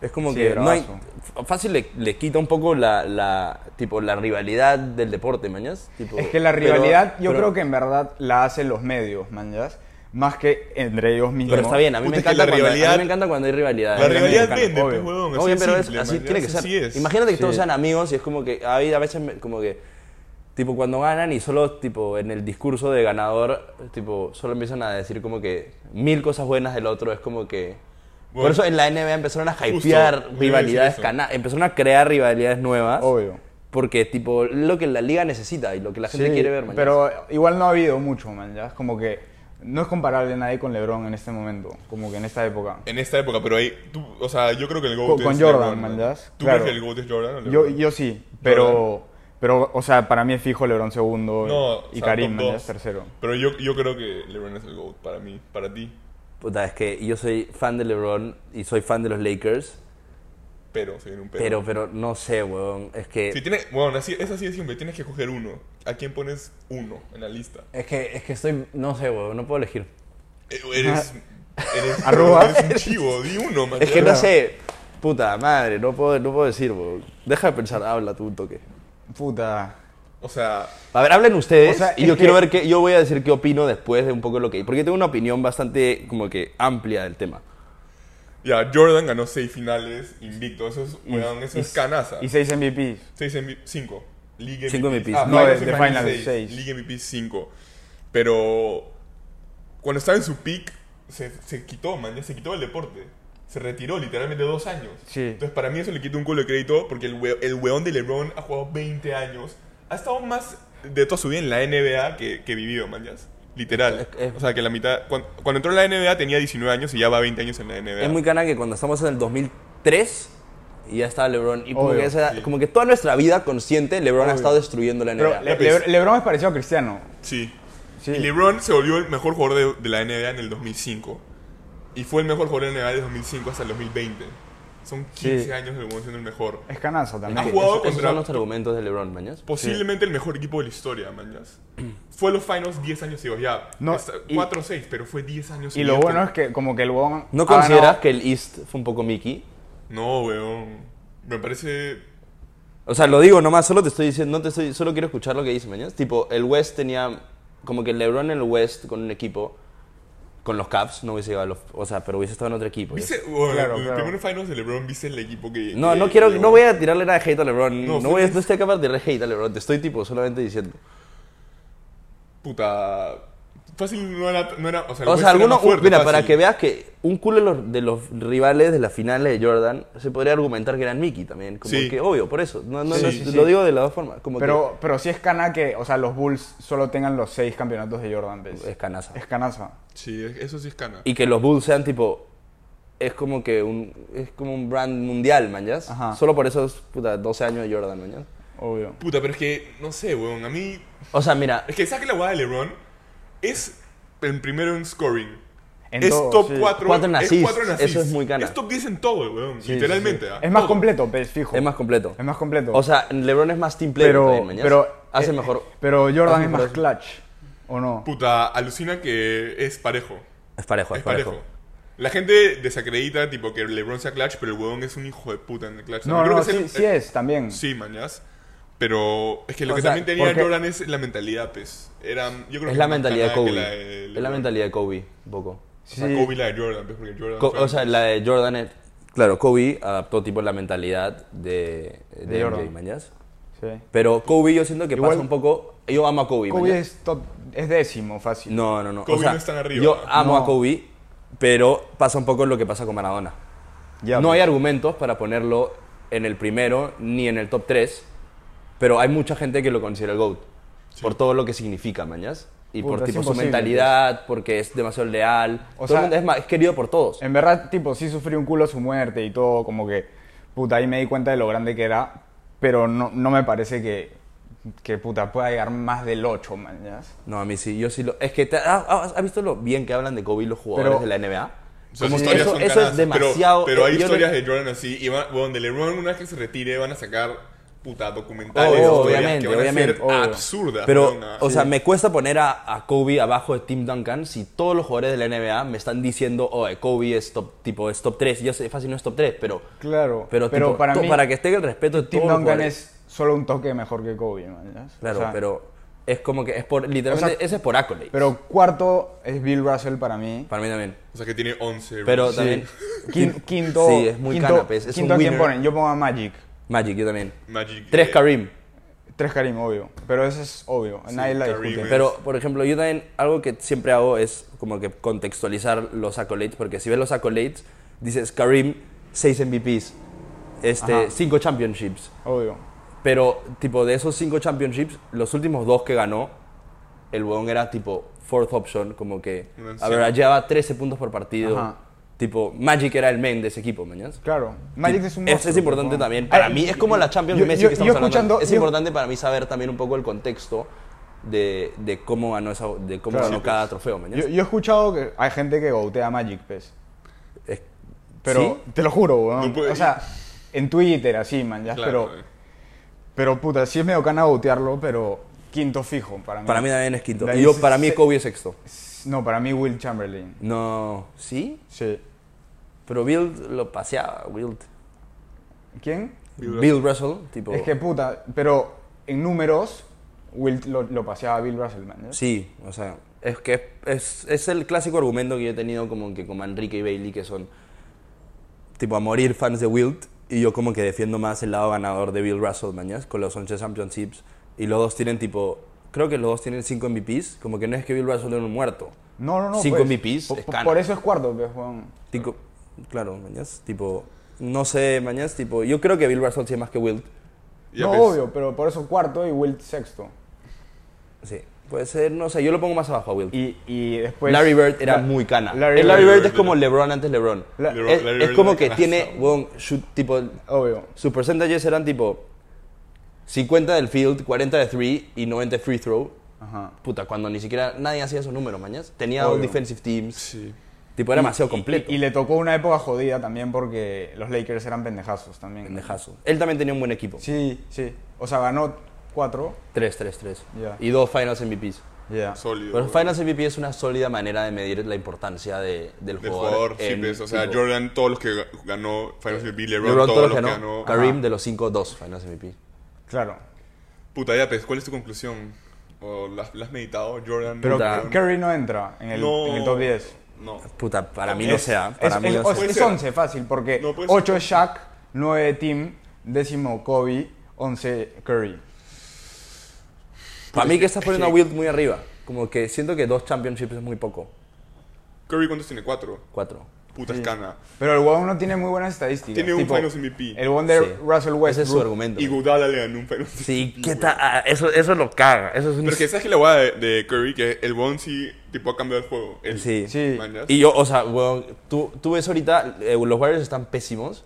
S2: Es como
S3: Sí,
S2: que no hay,
S3: bravazo.
S2: f- fácil le, le quita un poco la, la, tipo, la rivalidad del deporte, mañas. Tipo,
S3: Es que la
S2: pero-
S3: rivalidad, yo
S2: pero-
S3: creo que en verdad la hacen los medios, manjas. Más que entre ellos mismos.
S2: Pero está bien, a mí,
S1: Puta,
S2: me
S1: es que la
S2: encanta, cuando, a mí
S1: rivalidad-
S2: me encanta cuando hay rivalidad.
S1: La
S3: Ahí
S1: rivalidad
S3: también,
S1: vende, pues,
S3: obvio.
S1: weón.
S2: Obvio,
S1: así
S2: pero
S1: de
S2: es-
S1: simple,
S2: así
S1: man, ya,
S2: tiene que ser.
S1: así es.
S2: Imagínate que todos
S3: Sí.
S2: sean amigos y es como que ah, hay a veces me- como que tipo cuando ganan y solo tipo en el discurso de ganador tipo solo empiezan a decir como que mil cosas buenas del otro es como que por
S1: Bueno.
S2: eso en la NBA empezaron a
S1: Justo,
S2: hypear
S1: iba a decir
S2: rivalidades
S1: eso.
S2: cana empezaron a crear rivalidades nuevas
S3: Obvio.
S2: porque tipo lo que la liga necesita y lo que la gente
S3: Sí,
S2: quiere ver man.
S3: Pero igual no ha habido mucho, manjas. Como que no es comparable nadie con LeBron en este momento. Como que en esta época.
S1: En esta época, pero ahí, tú, o sea, yo creo que el GOAT
S3: Con-
S1: es
S3: con Jordan,
S1: LeBron,
S3: man,
S1: man.
S3: ya,
S1: ¿Tú
S3: claro.
S1: crees que el GOAT es Jordan o
S3: Yo,
S1: LeBron?
S3: yo sí, pero, pero, o sea, para mí es fijo LeBron segundo
S1: No, o
S3: y
S1: sea,
S3: Karim
S1: top
S3: man, ya,
S1: dos.
S3: tercero.
S1: Pero yo, yo creo que LeBron es el GOAT para mí, para ti.
S2: Puta, es que yo soy fan de LeBron y soy fan de los Lakers
S1: Pero, se viene un pero.
S2: pero pero no sé weón es que
S1: Si tiene, bueno, así, es así de simple, tienes que coger uno. ¿A quién pones uno en la lista?
S2: es que es que estoy no sé weón no puedo elegir
S1: Eh, Eres, eres,
S3: Arroba.
S1: eres un chivo, di uno, man.
S2: Es que
S1: ya.
S2: no sé. Puta madre, no puedo, no puedo decir, bo. Deja de pensar, habla tú un toque.
S3: Puta.
S1: O sea,
S2: A ver, hablen ustedes
S3: O sea,
S2: y
S3: es
S2: yo
S3: que-
S2: quiero ver qué. Yo voy a decir qué opino después de un poco lo que. Porque tengo una opinión bastante como que amplia del tema.
S1: ya, Jordan ganó seis finales invicto. Eso es, weón, eso
S3: y-
S1: es canaza.
S3: Y seis MVPs.
S1: Seis en cinco. League
S2: Cinco MVPs.
S1: Ah,
S3: No,
S1: finals y
S3: de- de
S1: finals
S3: finals,
S1: seis.
S3: seis.
S1: League MVP 5. Pero cuando estaba en su peak, se, se quitó, man, ya se quitó el deporte. Se retiró literalmente dos años.
S3: Sí.
S1: Entonces para mí eso le quita un culo de crédito porque el, hue- el weón de LeBron ha jugado 20 años. Ha estado más de toda su vida en la NBA que, que vivido, man, ya. Literal.
S2: Es- es-
S1: o sea, que la mitad... Cuando, cuando entró en la NBA tenía 19 años y ya va 20 años en la NBA.
S2: Es muy cana que cuando estamos en el 2003 y ya estaba LeBron. Y como,
S3: Obvio,
S2: que, esa-
S1: sí.
S2: como que toda nuestra vida consciente, LeBron ha
S3: Obvio.
S2: estado destruyendo la
S3: Pero
S2: NBA.
S3: Le-
S1: López.
S3: Le- LeBron es parecido a Cristiano.
S1: Sí.
S3: Sí.
S1: Y LeBron se volvió el mejor jugador de, de la NBA en el 2005. Y fue el mejor jugador de la NBA del 2005 hasta el 2020. Son 15
S3: Sí.
S1: años del siendo el mejor.
S3: Es canazo también.
S1: ha
S2: Es que
S1: jugado
S2: eso- esos
S1: contra-
S2: son los argumentos de LeBron, mañas.
S1: Posiblemente el mejor equipo de la historia, mañas. Fue a los finals 10 años seguidos, ya.
S3: No,
S1: está-
S3: y-
S1: 4 o 6, pero fue 10 años
S3: Y lo bueno es
S1: que...
S3: que como que el huevón Ah,
S2: ¿No
S3: ha
S2: consideras
S3: ganado-
S2: que el East fue un poco Mickey?
S1: No, weón. Me parece...
S2: O sea, lo digo nomás, solo te estoy diciendo, no te estoy, solo quiero escuchar lo que dice, mañana. Tipo, el West tenía, como que LeBron en el West con un equipo, con los Cavs, no hubiese llegado a los, o sea, pero hubiese estado en otro equipo.
S1: ¿Viste? Bueno,
S3: Claro,
S1: en el
S3: claro.
S1: primer finals de LeBron, ¿viste el equipo que...
S2: Pues, No,
S1: que
S2: no quiero,
S1: llegó?
S2: no voy a tirarle nada de hate a LeBron,
S1: eh, No,
S2: no,
S1: fue-
S2: voy a, no estoy capaz de tirarle hate a LeBron, te estoy tipo solamente diciendo.
S1: Puta... Fácil no era... No era o sea, el
S2: O
S1: West era
S2: sea, alguno,
S1: más fuerte,
S2: mira, para
S1: fácil.
S2: que veas que un culo de los, de los rivales de las finales de Jordan, se podría argumentar que eran Mickey también, como
S1: Sí.
S2: que obvio, por eso, no, no, no
S1: Sí,
S2: es-
S3: sí.
S2: lo digo de las dos formas, como
S3: Pero, pero sí es cana que, o sea, los Bulls solo tengan los seis campeonatos de Jordan, ¿ves?
S2: que es canaza.
S3: Es canaza.
S1: Sí, es- eso sí es cana.
S2: y que los Bulls sean tipo es como que un es como un brand mundial mañas
S3: Ajá.
S2: solo por esos puta, 12 años de Jordan mañas
S3: Obvio.
S1: Puta, pero es que... No sé, weón. A mí...
S2: o sea mira
S1: Es que saque la guada de LeBron. Es el primero en scoring.
S3: En
S1: es
S3: todo,
S1: top
S3: sí.
S1: 4.
S2: Cuatro en
S1: es
S2: assists,
S1: cuatro en
S2: eso
S1: assists.
S2: es muy cana.
S1: Es top 10 en todo, weón.
S3: Sí,
S1: literalmente.
S3: sí, sí.
S1: ¿ah?
S3: Es más
S1: Todo.
S3: completo, ¿ves? Fijo.
S2: es más completo
S3: Es más completo.
S2: o sea LeBron es más team player
S3: pero,
S2: también, mañas.
S3: pero,
S2: hace
S3: eh,
S2: mejor
S3: Pero Jordan
S2: hace
S3: es
S2: mejor
S3: más clutch, ¿o no?
S1: Puta, alucina que es parejo.
S2: es Pues parejo
S1: Es parejo. La gente desacredita, tipo, que LeBron sea clutch, pero el weón es un hijo de puta en el clutch.
S3: No,
S1: Creo
S3: no,
S1: que
S3: sí,
S1: el- eh,
S3: sí es también.
S1: Sí, mañas. Pero es que lo
S3: O
S1: que
S3: sea,
S1: también tenía
S3: porque-
S1: Jordan es la mentalidad, pues. Era, yo creo que
S2: es la
S1: más
S2: mentalidad de
S1: cana que
S2: Kobe
S1: la de
S2: es la
S1: LeBron.
S2: mentalidad de Kobe un poco
S1: O sea,
S3: Sí.
S1: Kobe y la de Jordan, pues, porque Jordan.
S2: Co-
S1: fue
S2: o sea
S1: antes.
S2: la de Jordan es- claro Kobe adaptó tipo la mentalidad de de,
S3: De
S2: MJ
S3: Jordan.
S2: mañas
S3: Sí.
S2: pero Kobe yo siento que
S3: Igual-
S2: pasa un poco yo amo a Kobe, mañas.
S3: Kobe es, top, es décimo, fácil.
S2: No, no, no.
S1: Kobe
S2: O sea,
S1: no es tan arriba.
S2: Yo amo
S3: No.
S2: a Kobe, pero pasa un poco lo que pasa con Maradona.
S3: Ya,
S2: no
S3: pues.
S2: hay argumentos para ponerlo en el primero ni en el top 3, pero hay mucha gente que lo considera el GOAT. Por todo lo que significa, mañas. Y por
S3: Puta, es
S2: tipo su
S3: imposible,
S2: mentalidad, porque es demasiado leal. Todo
S3: O
S2: el
S3: sea- em
S2: mundo es, ma- es querido por todos.
S3: En verdad, tipo, sí sufrí un culo su muerte y todo, como que, puta, ahí me di cuenta de lo grande que era, pero no, no me parece que, que, puta, pueda llegar más del 8, man, ¿ya?
S2: No, a mí sí, yo sí lo... Es que, te- ah, ah, ¿has visto lo bien que hablan de Kobe y los jugadores
S3: Pero-
S2: de la NBA?
S1: Son
S2: Como que
S1: historias,
S2: eso,
S1: son
S2: eso es
S1: canastas, pero-
S2: demasiado... eh,
S1: Pero, hay
S2: yo no-
S1: historias de Jordan así. Y van, bueno, de LeBron, una vez que se retire, van a sacar puta documentales.
S2: Oh,
S1: historias
S2: obviamente,
S1: que van
S2: obviamente,
S1: A ser
S2: obvio.
S1: absurdas.
S2: Pero,
S1: weón, ah.
S2: o sea, me cuesta poner a, a Kobe abajo de Tim Duncan si todos los jugadores de la NBA me están diciendo, oh, Kobe es top, tipo, es top 3. Yo sé, fácil no es top 3, pero...
S3: Claro,
S2: Pero, tipo,
S3: para
S2: to-
S3: mí,
S2: para que esté el respeto de
S3: Tim
S2: todos los
S3: Duncan
S2: jugadores.
S3: es solo un toque mejor que Kobe, man, ¿ya? O
S2: Claro,
S3: sea,
S2: pero es como que es por... Literalmente,
S3: o sea,
S2: ese es por accolades.
S3: Pero cuarto es Bill Russell para mí.
S2: para mí también.
S1: O sea, que tiene 11.
S2: Pero
S1: rings.
S2: también...
S3: Quin- quinto,
S2: Sí, es muy
S3: quinto,
S2: canapés. Es un
S3: quinto ¿a quién
S2: winner.
S3: ponen? Yo pongo a Magic.
S2: Magic, yo también.
S1: Magic,
S2: Tres
S1: eh,
S2: Karim.
S3: Tres Karim, obvio. Pero ese es obvio. nadie la
S1: Karim
S3: discute.
S1: es-
S2: Pero, por ejemplo, yo también algo que siempre hago es como que contextualizar los accolades, porque si ves los accolades, dices Karim, 6 MVPs, este,
S3: Ajá.
S2: 5 championships,
S3: Obvio.
S2: pero tipo de esos 5 championships, los últimos dos que ganó, el weón era tipo fourth option, como que
S1: Un anciano.
S2: averageaba 13 puntos por partido,
S3: Ajá.
S2: tipo Magic era el main de ese equipo, ¿mañas?
S3: Claro. Magic es un
S2: Es,
S3: monstruo,
S2: importante
S3: tipo.
S2: también. Para
S3: Ay,
S2: mí es como la Champions
S3: yo-
S2: Messi
S3: yo-
S2: que estamos
S3: yo
S2: hablando.
S3: escuchando-
S2: es
S3: yo-
S2: importante para mí saber también un poco el contexto de, de cómo ganó, esa, de cómo
S3: Claro.
S2: ganó cada trofeo. ¿me
S3: Yo,
S2: entiendes?
S3: yo he escuchado que hay gente que gotea a Magic, pues.
S2: Es-
S3: Pero
S2: ¿Sí?
S3: te lo juro, weón.
S1: No puede-
S3: o sea, en Twitter, así, man, ya.
S1: Claro,
S3: pero,
S1: eh.
S3: pero puta, sí es medio cana gotearlo, pero quinto fijo para mí.
S2: Para mí también es quinto.
S3: De ahí
S2: Y yo,
S3: se-
S2: para mí
S3: se-
S2: Kobe es sexto.
S3: No, para mí Will Chamberlain.
S2: No, ¿sí?
S3: Sí.
S2: Pero Bill lo paseaba, Wild.
S3: ¿Quién?
S1: Bill
S2: Bill Russell, tipo...
S3: Es que puta, pero en números, Will lo, lo paseaba a Bill Russell, man. ¿ya?
S2: Sí, o sea, es que es, es el clásico argumento que yo he tenido como que como Enrique y Bailey, que son tipo a morir fans de Wilt, y yo como que defiendo más el lado ganador de Bill Russell, mañas, con los 11 championships, y los dos tienen tipo, creo que los dos tienen 5 MVPs, como que no es que Bill Russell era un muerto.
S3: No, no, no.
S2: Cinco
S3: pues.
S2: MVPs,
S3: Por,
S2: es cana.
S3: por eso es cuarto, pues, weón.
S2: Tico- claro, mañas, tipo, no sé, mañas, tipo, yo creo que Bill Russell sí es más que Wilt.
S1: Ya
S3: no,
S1: ves.
S3: obvio, pero por eso cuarto y Will sexto.
S2: Sí, puede ser, no sé, yo lo pongo más abajo a Wilt.
S3: Y, y después.
S2: Larry Bird era
S3: La-
S2: muy cana. El
S3: Larry
S2: Larry,
S3: Bird-
S2: Bird,
S1: Bird
S2: es como
S1: era-
S2: LeBron antes LeBron.
S3: La-
S1: LeBron-
S2: es,
S1: Larry
S2: es
S1: Bird
S2: como
S1: era
S2: que
S1: canasta,
S2: tiene,
S1: weón.
S2: weón, shoot, tipo,
S3: Obvio.
S2: sus percentages eran tipo 50 del field, 40 de 3 y 90 de free throw.
S3: Ajá.
S2: Puta, cuando ni siquiera nadie hacía esos números, mañas. Tenía un
S3: Obvio.
S2: defensive teams.
S1: Sí.
S2: Tipo, era demasiado
S3: Y-
S2: completo.
S3: Y, le tocó una época jodida también porque los Lakers eran pendejazos también.
S2: Pendejazo. Él también tenía un buen equipo.
S3: Sí, sí. O sea, ganó cuatro.
S2: 3, 3, 3.
S3: Ya.
S2: Y dos finals MVPs.
S3: Ya.
S1: Sólido.
S2: Pero
S1: weón.
S2: finals MVP es una sólida manera de medir la importancia de- del
S1: Del
S2: jugador.
S1: jugador, sí,
S2: en-
S3: pues,
S1: ves, O sea,
S2: tipo,
S1: Jordan, todos los que ganó Finals MVP, LeBron,
S2: LeBron
S1: todos, los que ganó.
S2: Karim de los 5, 2 finals MVP.
S3: Claro.
S1: Puta, ya, pues, ¿cuál es tu conclusión? ¿O la, la has meditado, Jordan?
S3: Pero
S2: Puta.
S1: Jordan?
S3: Curry no entra en el,
S1: No.
S3: en el top 10.
S1: No.
S2: Puta, para mí
S1: Es-
S2: no sea. Para
S3: es,
S2: mí
S3: es-
S2: no
S3: o-
S2: sea.
S1: Puede
S3: es
S1: ser.
S3: 11 fácil porque
S1: No, puede ser.
S3: 8 Shaq, 9 Tim, décimo Kobe, 11 Curry.
S2: Para mí que estás poniendo a Wilt muy arriba. Como que siento que dos championships es muy poco.
S1: Curry, ¿cuántos tiene? Cuatro.
S2: Cuatro.
S1: Puta, es
S3: Sí.
S1: cana.
S3: Pero el huevón no tiene muy buenas estadísticas.
S1: Tiene un Finals MVP.
S3: El Wonder
S2: Sí.
S3: Russell Westbrook.
S2: Ese es su argumento.
S1: Y Godala le ganó un Finals
S2: Sí, ¿qué tal? Ah, eso, eso lo caga. Eso es un...
S1: Pero que sabes que la hueá de, de Curry, que el Bon sí, tipo, ha cambiado el juego. El,
S2: Sí.
S3: Sí.
S1: ¿Mangas?
S2: Y yo, o sea, weón, tú, tú ves ahorita, eh, los Warriors están pésimos,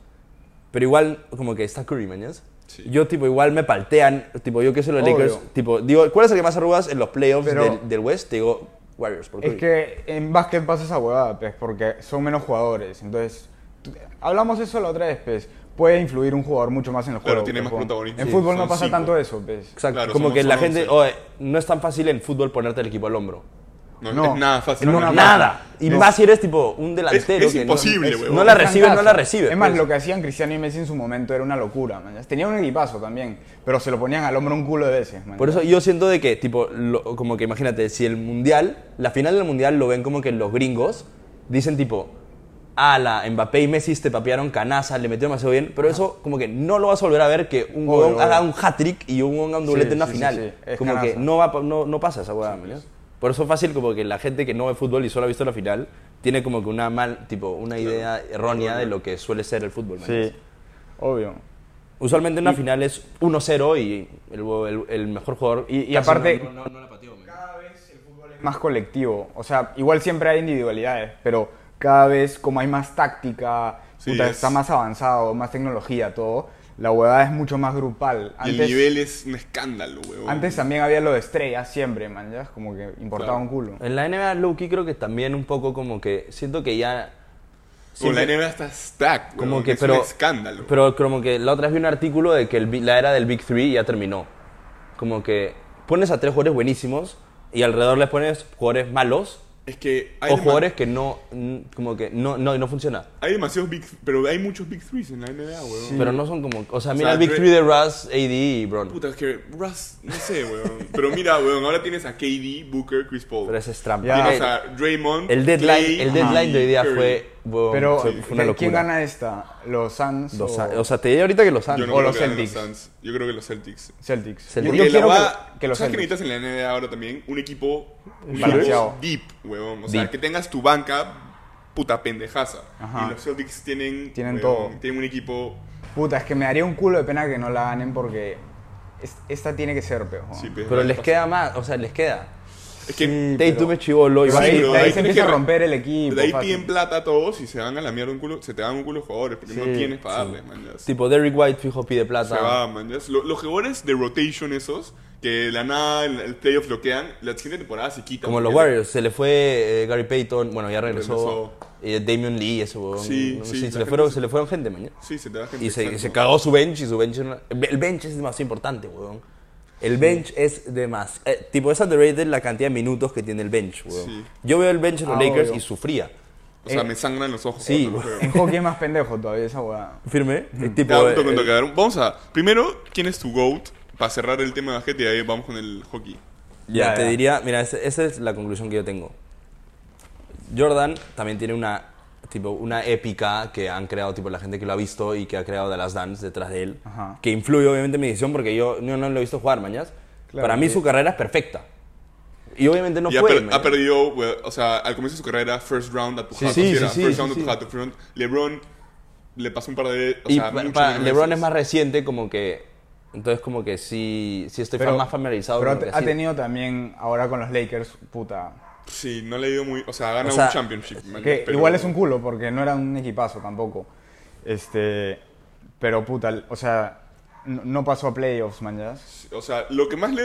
S2: pero igual como que está Curry, mañas.
S1: Sí.
S2: Yo, tipo, igual me paltean, tipo, yo que soy los
S3: Obvio.
S2: Lakers, tipo, digo, ¿cuál es el que más arrugas en los playoffs
S3: Pero-
S2: del, del West? Te digo, Warriors, por
S3: Es
S2: Curry.
S3: que en básquet pasa esa huevada, pues, porque son menos jugadores. Entonces, tú- hablamos eso la otra vez, pues. Puede influir un jugador mucho más en el
S1: Claro,
S3: juego.
S1: tiene
S3: pues,
S1: más
S3: huevón.
S1: protagonismo.
S3: En
S1: Sí,
S3: fútbol
S1: son
S3: no pasa
S1: cinco.
S3: tanto eso, pues.
S2: Exacto,
S1: Claro,
S2: como
S1: somos-
S2: que la
S1: son
S2: gente,
S1: 11.
S2: oye, no es tan fácil en fútbol ponerte el equipo al hombro.
S1: No,
S3: no.
S1: es nada fácil.
S3: No,
S1: man.
S3: no,
S2: Nada. Y
S3: No.
S2: más si eres tipo un delantero.
S1: es
S2: que no-
S1: imposible,
S2: no,
S1: huevón.
S2: no la
S3: Es
S2: recibe, no la
S3: trancazo.
S2: recibe.
S3: Es más,
S2: pues.
S3: lo que hacían Cristiano y Messi en su momento era una locura, man. Tenían un equipazo también, pero se lo ponían al hombro un culo de veces, man.
S2: Por eso yo siento de que, tipo, lo- como que imagínate, si el mundial, la final del mundial lo ven como que los gringos dicen, tipo, ala, Mbappé y Messi te papearon canasa, le metió demasiado bien, pero eso como que no lo vas a volver a ver que un
S3: Obvio,
S2: huevón
S3: obvio.
S2: haga un hat-trick y un huevón haga un
S3: Sí,
S2: doblete en una
S3: sí, sí,
S2: final.
S3: sí, es
S2: Como que
S3: canasa.
S2: no, va, pa- no, no pasa esa huevada, ¿me entiendes? Por eso es fácil como que la gente que no ve fútbol y solo ha visto la final tiene como que una mal, tipo, una idea errónea de lo que suele ser el fútbol. ¿me entiendes?
S3: Sí, obvio.
S2: Usualmente en la final es 1-0 y el, el- el mejor jugador.
S3: Y, y
S2: casi
S3: aparte,
S2: no- no- no- no la pateó, man.
S3: cada vez el fútbol es más colectivo. O sea, igual siempre hay individualidades, pero cada vez como hay más táctica,
S1: Sí,
S3: puta,
S1: es-
S3: está más avanzado, más tecnología, todo, la huevada es mucho más grupal.
S1: Y el nivel es un escándalo, huevón.
S3: antes también había lo de estrellas siempre, man, ya es como que importaba
S1: Claro.
S3: un culo.
S2: En la NBA Loki creo que también un poco como que siento que ya
S1: Con la
S2: siempre-
S1: NBA está stack,
S2: como
S1: huevón,
S2: que
S1: es
S2: pero
S1: un escándalo.
S2: Pero como que la otra vez vi un artículo de que el bi- la era del Big Three ya terminó. Como que pones a tres jugadores buenísimos y alrededor les pones jugadores malos
S1: es que hay,
S2: o
S1: dema-
S2: jugadores que no mm, como que no no no funciona.
S1: hay demasiados big, pero hay muchos big threes en la NBA, huevón.
S2: Pero no son como, o sea,
S1: O
S2: mira
S1: sea,
S2: el Big
S1: Dre-
S2: Three de Russ, AD y Bron.
S1: Puta, es que Russ, no sé, weón. Pero mira, weón, ahora tienes a KD, Booker, Chris Paul.
S2: Pero ese es trampa.
S3: Ya.
S1: Tienes
S2: El-
S1: a Draymond,
S2: el deadline,
S1: Klay,
S2: el deadline de hoy día
S1: Curry.
S2: fue, bueno,
S3: Pero,
S2: fue, fue una locura.
S3: ¿quién gana esta? ¿Los Suns
S2: Los
S3: o,
S2: Suns. o sea, te diría ahorita que los
S1: Yo
S2: Suns.
S1: no
S3: O
S1: creo
S3: los
S1: que ganen los
S3: Celtics.
S1: Suns. Yo creo que los Celtics.
S3: Celtics?
S2: Celtics.
S3: Yo,
S1: Porque
S3: yo quiero
S1: la
S3: que-
S1: va-
S3: que, los
S1: ¿Sabes qué
S3: Celtics.
S1: necesitas en la NBA ahora también? Un equipo un
S3: Balanceado.
S1: equipo deep, huevón. O sea,
S2: Deep.
S1: que tengas tu banca puta pendejaza.
S3: Ajá.
S1: Y los Celtics tienen...
S3: Tienen
S1: huevón,
S3: todo.
S1: Tienen un equipo...
S3: Puta, es que me daría un culo de pena que no la ganen porque es- esta tiene que ser, peor.
S1: sí, pues,
S2: Pero les
S1: pasa.
S2: queda más, o sea, les queda.
S1: Es que
S3: Sí,
S2: Tatum
S3: pero-
S2: es chivolo y
S3: Pero
S2: va a
S3: ahí,
S1: Sí,
S2: ser-
S1: pero
S3: de ahí
S1: ahí
S3: se
S1: tienes
S3: empieza a
S1: que-
S3: romper el equipo.
S1: de ahí
S3: fácil.
S1: piden plata a todos y se van a lamear un culo... Se te dan un culo los jugadores porque no
S3: Sí,
S1: tienes para darles, man. ya.
S2: Tipo, Derrick White fijo pide plata.
S1: Se va, man. ya. Lo- los jugadores de rotation esos, que de la nada en el playoff lo quedan, la siguiente temporada se quitan.
S2: Como los
S1: porque-
S2: Warriors, se le fue eh, Gary Payton, bueno, ya regresó. eh, Damian Lee, ese huevón.
S1: Sí,
S2: no
S1: sí,
S2: sé,
S1: la
S2: se, le
S1: gente
S2: fueron,
S1: se-
S2: se le fueron gente, man.
S1: Sí, se te da gente.
S2: Y se,
S1: exacto.
S2: se cagó su bench y su bench. era- El bench es demasiado importante, huevón. El bench es de más. eh, tipo, es underrated la cantidad de minutos que tiene el bench, huevón.
S1: Sí.
S2: Yo veo el bench de los
S3: Ah,
S2: Lakers
S3: obvio.
S2: y sufría.
S1: O sea, me sangran los ojos.
S2: sí,
S1: cuando los veo.
S3: En hockey es más pendejo todavía esa hueá.
S2: ¿Firme? Eh, tipo,
S1: Ya, un
S2: eh,
S1: toque, un toque, a ver, Vamos a. Primero, ¿quién es tu GOAT? Para cerrar el tema de basquete y ahí vamos con el hockey.
S2: Ya,
S3: Ya,
S2: te
S3: ya.
S2: diría, mira, ese- esa es la conclusión que yo tengo. Jordan también tiene una, tipo, una épica que han creado, tipo, la gente que lo ha visto y que ha creado The Last Dance detrás de él,
S3: Ajá.
S2: que influye obviamente en mi decisión porque yo no, no lo he visto jugar, mañas.
S3: Claro,
S2: Para mí
S3: sí.
S2: su carrera es perfecta. Y obviamente no
S1: y ha,
S2: fue.
S1: per-
S2: mañas.
S1: ha perdido, we- o sea, al comienzo de su carrera, first round a tu
S2: Sí,
S1: jato,
S2: sí,
S1: así
S2: sí,
S1: era,
S2: sí,
S1: first
S2: sí,
S1: round a tu
S2: sí.
S1: jato, first round. LeBron le pasó un par de. O
S2: y
S1: sea,
S2: pa-
S1: muchas
S2: pa-
S1: menos
S2: LeBron
S1: veces.
S2: es más reciente, como que... Entonces como que sí, sí estoy
S3: Pero-
S2: más familiarizado
S3: Pero
S2: con lo que
S3: ha, ha
S2: sido.
S3: tenido también ahora con los Lakers, puta.
S1: Sí, no le ha ido muy. O sea, ha ganado
S2: O sea,
S1: un championship. man,
S3: Que
S1: pero-
S3: igual es un culo porque no era un equipazo tampoco. Este. Pero puta, o sea, no, no pasó a playoffs, man. ya.
S1: O sea, lo que más le.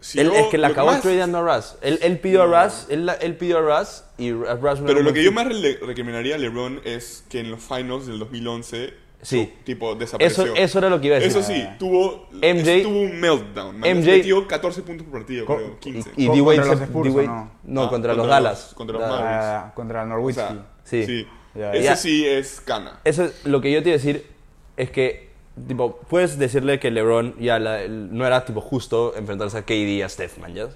S1: si
S2: él
S1: yo-
S2: es que la
S1: lo
S2: acabó
S1: más-
S2: tradeando a Russ. Él, él pidió a Russ, él, la- él pidió a Russ y Russ no era
S1: Pero
S2: un
S1: lo
S2: buen
S1: que yo
S2: fit.
S1: más le recriminaría a LeBron es que en los finals del 2011.
S2: Sí.
S1: su- tipo,
S2: Eso,
S1: desapareció.
S2: eso Ah. era lo que iba a decir.
S1: Eso sí, tuvo,
S2: MJ
S1: es- tuvo un meltdown. Man.
S2: MJ
S1: metió 14 puntos por partido,
S3: Co-
S1: creo, 15.
S2: Y
S3: Con-
S2: D-Wade
S3: contra
S2: se-
S3: los Spurs,
S2: D-Wade-
S3: ¿o no?
S2: No,
S1: Ah,
S2: contra,
S1: contra
S2: los
S1: los-
S2: Dallas.
S1: contra los
S2: Da-
S1: Mavericks.
S3: Ah, contra
S1: O
S3: Norwich.
S1: sea,
S2: Sí.
S3: Ya,
S1: Ese
S2: ya.
S1: sí es cana.
S2: Eso es lo que yo te iba a decir es que tipo puedes decirle que LeBron ya la- el- no era tipo justo enfrentarse a KD y a Steph man, ¿ya?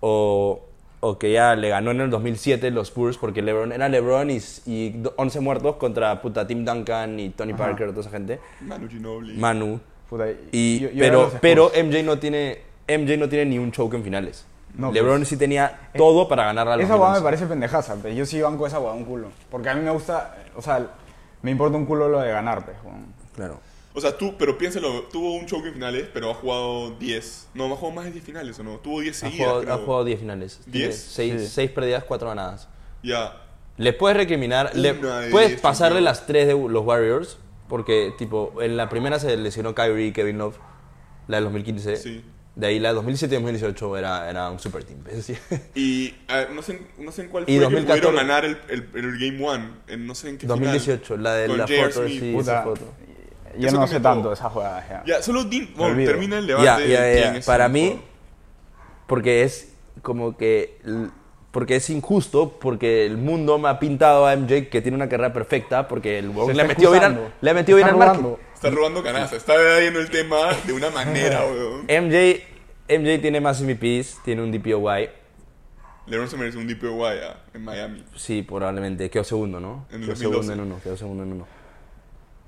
S2: o o que ya le ganó en el 2007 los Spurs porque LeBron era LeBron y, s- y do- 11 muertos contra puta Tim Duncan y Tony
S3: Ajá.
S2: Parker toda esa gente,
S1: Manu Ginobili.
S2: Manu
S3: Puta,
S2: y
S3: yo- yo era
S2: pero
S3: los Spurs.
S2: pero MJ no tiene MJ no tiene ni un choke en finales.
S3: No,
S2: LeBron
S3: pues.
S2: sí tenía todo para ganar a los
S3: Esa hueá me
S2: Mavs.
S3: parece pendejaza, pero yo sí banco esa hueá un culo. Porque a mí me gusta, o sea, me importa un culo lo de ganar, pues, huevón.
S2: Claro.
S1: O sea, tú, pero piénsalo, tuvo un choque en finales, pero ha jugado 10. No, ha jugado más de 10 finales, ¿o no? Tuvo 10
S2: Ha
S1: seguidas,
S2: jugado,
S1: creo.
S2: ha jugado 10 finales. Tiene
S1: ¿Diez?
S2: seis-
S3: Sí.
S2: seis perdidas, 4 ganadas.
S1: Ya.
S2: Le puedes recriminar, le-
S1: Una de
S2: puedes
S1: diez,
S2: pasarle
S1: campeón.
S2: las 3 de los Warriors, porque tipo, en la primera se lesionó Kyrie y Kevin Love, la del 2015.
S1: Sí.
S2: De ahí la 2007-2018 era, era un super team. es decir,
S1: Y a ver, no, sé, en- no sé en cuál fue
S2: Y
S1: que
S2: 2014.
S1: pudieron ganar el, el, el Game 1. En, no sé en qué final.
S2: 2018, la de
S1: Con
S2: la
S1: J.R.
S2: foto,
S1: Smith.
S2: sí,
S3: Puta,
S2: esa foto.
S3: yo
S1: Eso
S3: no
S1: que
S3: sé
S1: me
S3: tanto
S1: tuvo.
S3: de esa jugada. ya.
S1: Ya, solo Dean.
S3: Me
S1: Bueno,
S3: olvido.
S1: termina el
S2: Ya,
S1: debate. de
S2: ya, ya,
S1: quién
S2: ya.
S1: es
S2: Para
S1: el
S2: mí,
S1: mejor.
S2: porque es como que. l- Porque es injusto, porque el mundo me ha pintado a MJ que tiene una carrera perfecta, porque el huevón
S3: Se
S2: le ha
S3: está
S2: metido bien al,
S3: excusando.
S2: le ha metido
S3: Se
S2: bien al
S3: está
S2: margen.
S3: robando.
S1: Está robando canasta. Está viendo el tema de una manera, weón.
S2: MJ, MJ tiene más MVPs, tiene un DPOY,
S1: LeBron se merece un DPOY ah, en Miami.
S2: sí, probablemente, quedó segundo, ¿no?
S1: En el
S2: quedó
S1: 2012.
S2: segundo en uno, quedó segundo en uno.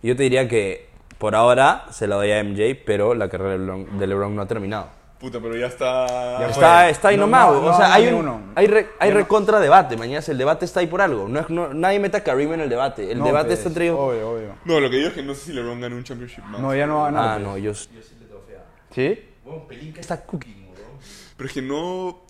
S2: Yo te diría que por ahora se la doy a MJ, pero la carrera de LeBron, de LeBron no ha terminado.
S1: Puta, pero ya está.
S3: Ya fue.
S2: Está, está ahí
S3: No,
S2: nomás,
S3: no,
S2: güey.
S3: no
S2: o sea,
S3: hay
S2: hay, un-
S3: uno.
S2: hay, re- hay recontra debate, mañana. El debate está ahí por algo. No es- no- nadie meta a Karim en el debate. El
S3: No,
S2: debate
S3: pues,
S2: está entre ellos.
S3: Obvio, obvio.
S1: No, lo que digo es que no sé si LeBron gana un championship más.
S3: No, ya no va a ganar. pues.
S2: Ah, no, yo.
S3: ¿Sí?
S4: Bueno, Pelinka está cooking, weón.
S1: Pero es que no.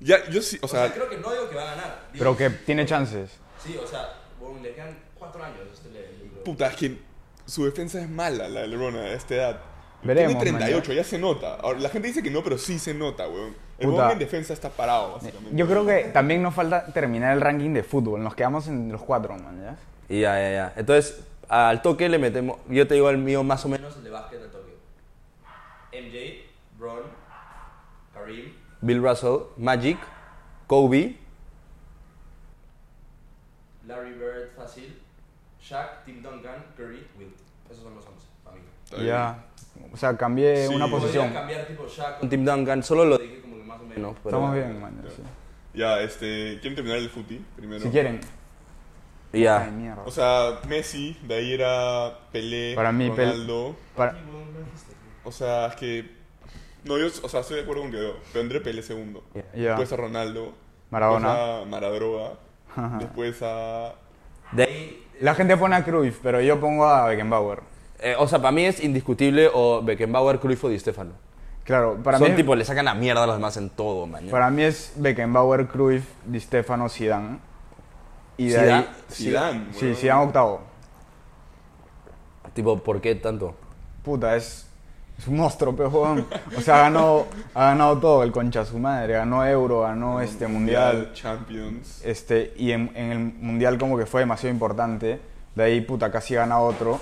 S1: Ya, yo sí, o
S4: O sea,
S1: sea,
S4: creo que no digo que va a ganar. Digo,
S3: Pero que tiene chances.
S4: Sí, o sea, weón, le quedan cuatro años a este le- libro.
S1: puta, es que su defensa es mala, la de LeBron a esta edad.
S3: Veremos,
S1: Tiene 38, ya se nota. Ahora, la gente dice que no, pero sí se nota, weón. El
S3: Puta. Eh,
S1: weón en defensa está parado, básicamente.
S3: Yo creo que también nos falta terminar el ranking de fútbol. Nos quedamos en los cuatro, man. ¿ya?
S2: Y ya, ya, ya. Entonces, al toque le metemos. Yo te digo el mío más o menos.
S4: Menos el de básquet al toque. MJ, Bron, Karim,
S2: Bill Russell, Magic, Kobe,
S4: Larry Bird, fácil, Shaq, Tim Duncan, Curry, Will. Esos son los 11, para mí.
S1: Está bien.
S3: Ya. O sea, cambié
S1: Sí.
S3: una
S1: Podría
S4: Podría
S3: posición.
S4: cambiar tipo Shaq.
S2: con Tim Duncan. Solo lo
S4: Lo
S2: digo.
S4: dije como que más o menos.
S2: No, pero-
S3: Estamos bien, man. ya, sí.
S1: Ya, este. ¿Quieren terminar el footy primero?
S3: Si quieren.
S2: Y ya.
S3: Ay, mierda.
S1: O sea, Messi, de ahí era Pelé,
S3: Para mí, Pel-
S1: Ronaldo.
S3: Para-
S4: Sí, weón, no dijiste.
S1: O sea, es que. No, yo, o sea, estoy de acuerdo con que tendré Pelé segundo.
S3: Ya.
S1: Después a Ronaldo.
S3: Maradona.
S1: Después a Maradroga.
S3: Ajá.
S1: Después a.
S2: De
S4: Ahí,
S3: La gente pone a Cruyff, pero yo pongo a Beckenbauer.
S2: Eh, o sea, para mí es indiscutible o Beckenbauer, Cruyff o Di Stefano.
S3: Claro, para
S2: Son
S3: mí,
S2: tipo, le sacan la mierda a los demás en todo, man.
S3: para mí es Beckenbauer, Cruyff, Di Stefano, Zidane. Y de
S2: Zidane-
S3: ahí,
S1: Zidane,
S3: Sí,
S1: weón.
S3: Zidane octavo.
S2: Tipo, ¿por qué tanto?
S3: Puta, es, es un monstruo, pejón. O sea, ha ganado, ha ganado todo, el concha su madre. Ganó Euro, ganó este Mundial.
S1: um, Champions.
S3: Este, y en, en el Mundial como que fue demasiado importante. De ahí, puta, casi gana otro.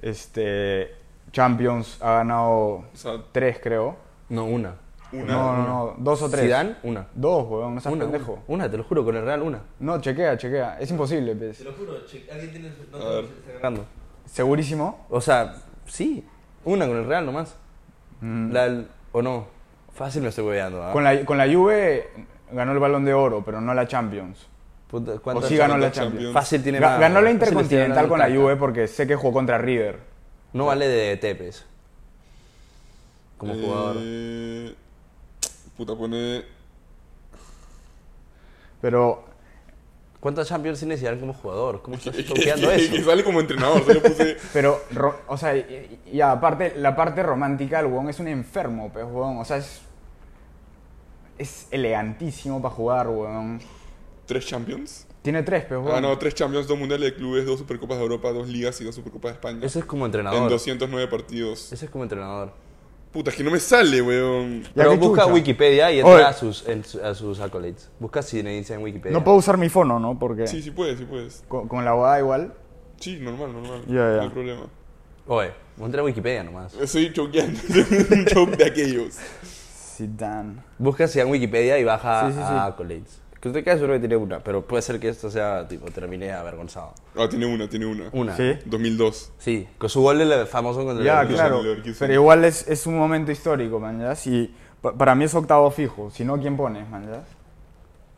S3: Este, Champions ha ganado
S1: O sea,
S3: tres, creo.
S2: No, una.
S1: una.
S3: no, no, no, dos o tres.
S2: Zidane, una.
S3: Dos, weón, no seas
S2: Una,
S3: pendejo.
S2: una. Una, te lo juro, con el Real, una.
S3: No, chequea, chequea. Es imposible,
S4: te
S3: pues.
S4: lo juro, che- alguien tiene su. No,
S1: A ver.
S4: no, se- se-
S2: Fernando.
S3: ¿Segurísimo?
S2: O sea, sí, una con el Real nomás. La- ¿O no? Fácil me estoy hueveando. ¿ah?
S3: Mm. Con la, con la Juve ganó el Balón de Oro, pero no la Champions.
S2: Puta,
S3: O
S2: ¿cuántas-
S3: sí ganó la
S1: cuántas
S3: Champions.
S1: Champions?
S2: Fácil tiene
S3: Ga-
S2: más, weón.
S3: ganó la
S2: Fácil estoy
S3: Intercontinental
S2: hablando
S3: con la
S2: caca.
S3: Juve porque sé que jugó contra River.
S2: No vale de Tepes.
S3: Eh,
S2: Como jugador.
S1: Eh, Puta, pone.
S3: Pero
S2: ¿Cuántas Champions tiene Zidane como jugador? ¿Cómo estás
S1: Que,
S2: toqueando
S1: que-
S2: eso?
S1: que sale como entrenador. o sea, yo puse.
S3: Pero, ro- o sea, y, y- y aparte, la parte romántica del huevón es un enfermo, pues, huevón. O sea, es. Es elegantísimo para jugar, huevón.
S1: Tres Champions.
S3: Tiene tres, pues,
S1: Ha
S3: huevón.
S1: ganado tres Champions, dos Mundiales de Clubes, dos Supercopas de Europa, dos Ligas y dos Supercopas de España.
S2: Eso es como
S1: en
S2: entrenador.
S1: 209 partidos.
S2: Eso es como entrenador.
S1: Puta, es que no me sale, weón.
S3: Ya,
S2: Pero
S3: qué
S2: busca
S3: chucha.
S2: Wikipedia y entra
S3: Oye.
S2: a sus, en su- a sus accolades. Busca Zinedine Zidane en Wikipedia.
S3: No puedo usar mi fono, ¿no? Porque.
S1: Sí, sí puedes, sí puedes.
S3: Con, con la boda igual.
S1: Sí, normal, normal.
S3: Ya, ya.
S1: No hay problema.
S2: Oye, entra a Wikipedia nomás.
S1: Estoy choqueando. un choke de aquellos.
S3: Zidane.
S2: Busca Zidane en Wikipedia y baja
S3: Sí, sí, sí.
S2: a accolades. Que usted queda seguro que tiene una, pero puede ser que esto sea, tipo, termine avergonzado.
S1: Ah, tiene una, tiene una.
S2: Una.
S3: Sí.
S1: 2002.
S2: Sí, con su gol el famoso contra
S3: Ya,
S2: el...
S1: Leverkusen,
S3: claro.
S1: Leverkusen.
S3: Pero igual es, es un momento histórico, man. ¿ya? Si- pa- para mí es octavo fijo. Si no, ¿quién pones, man? ¿ya?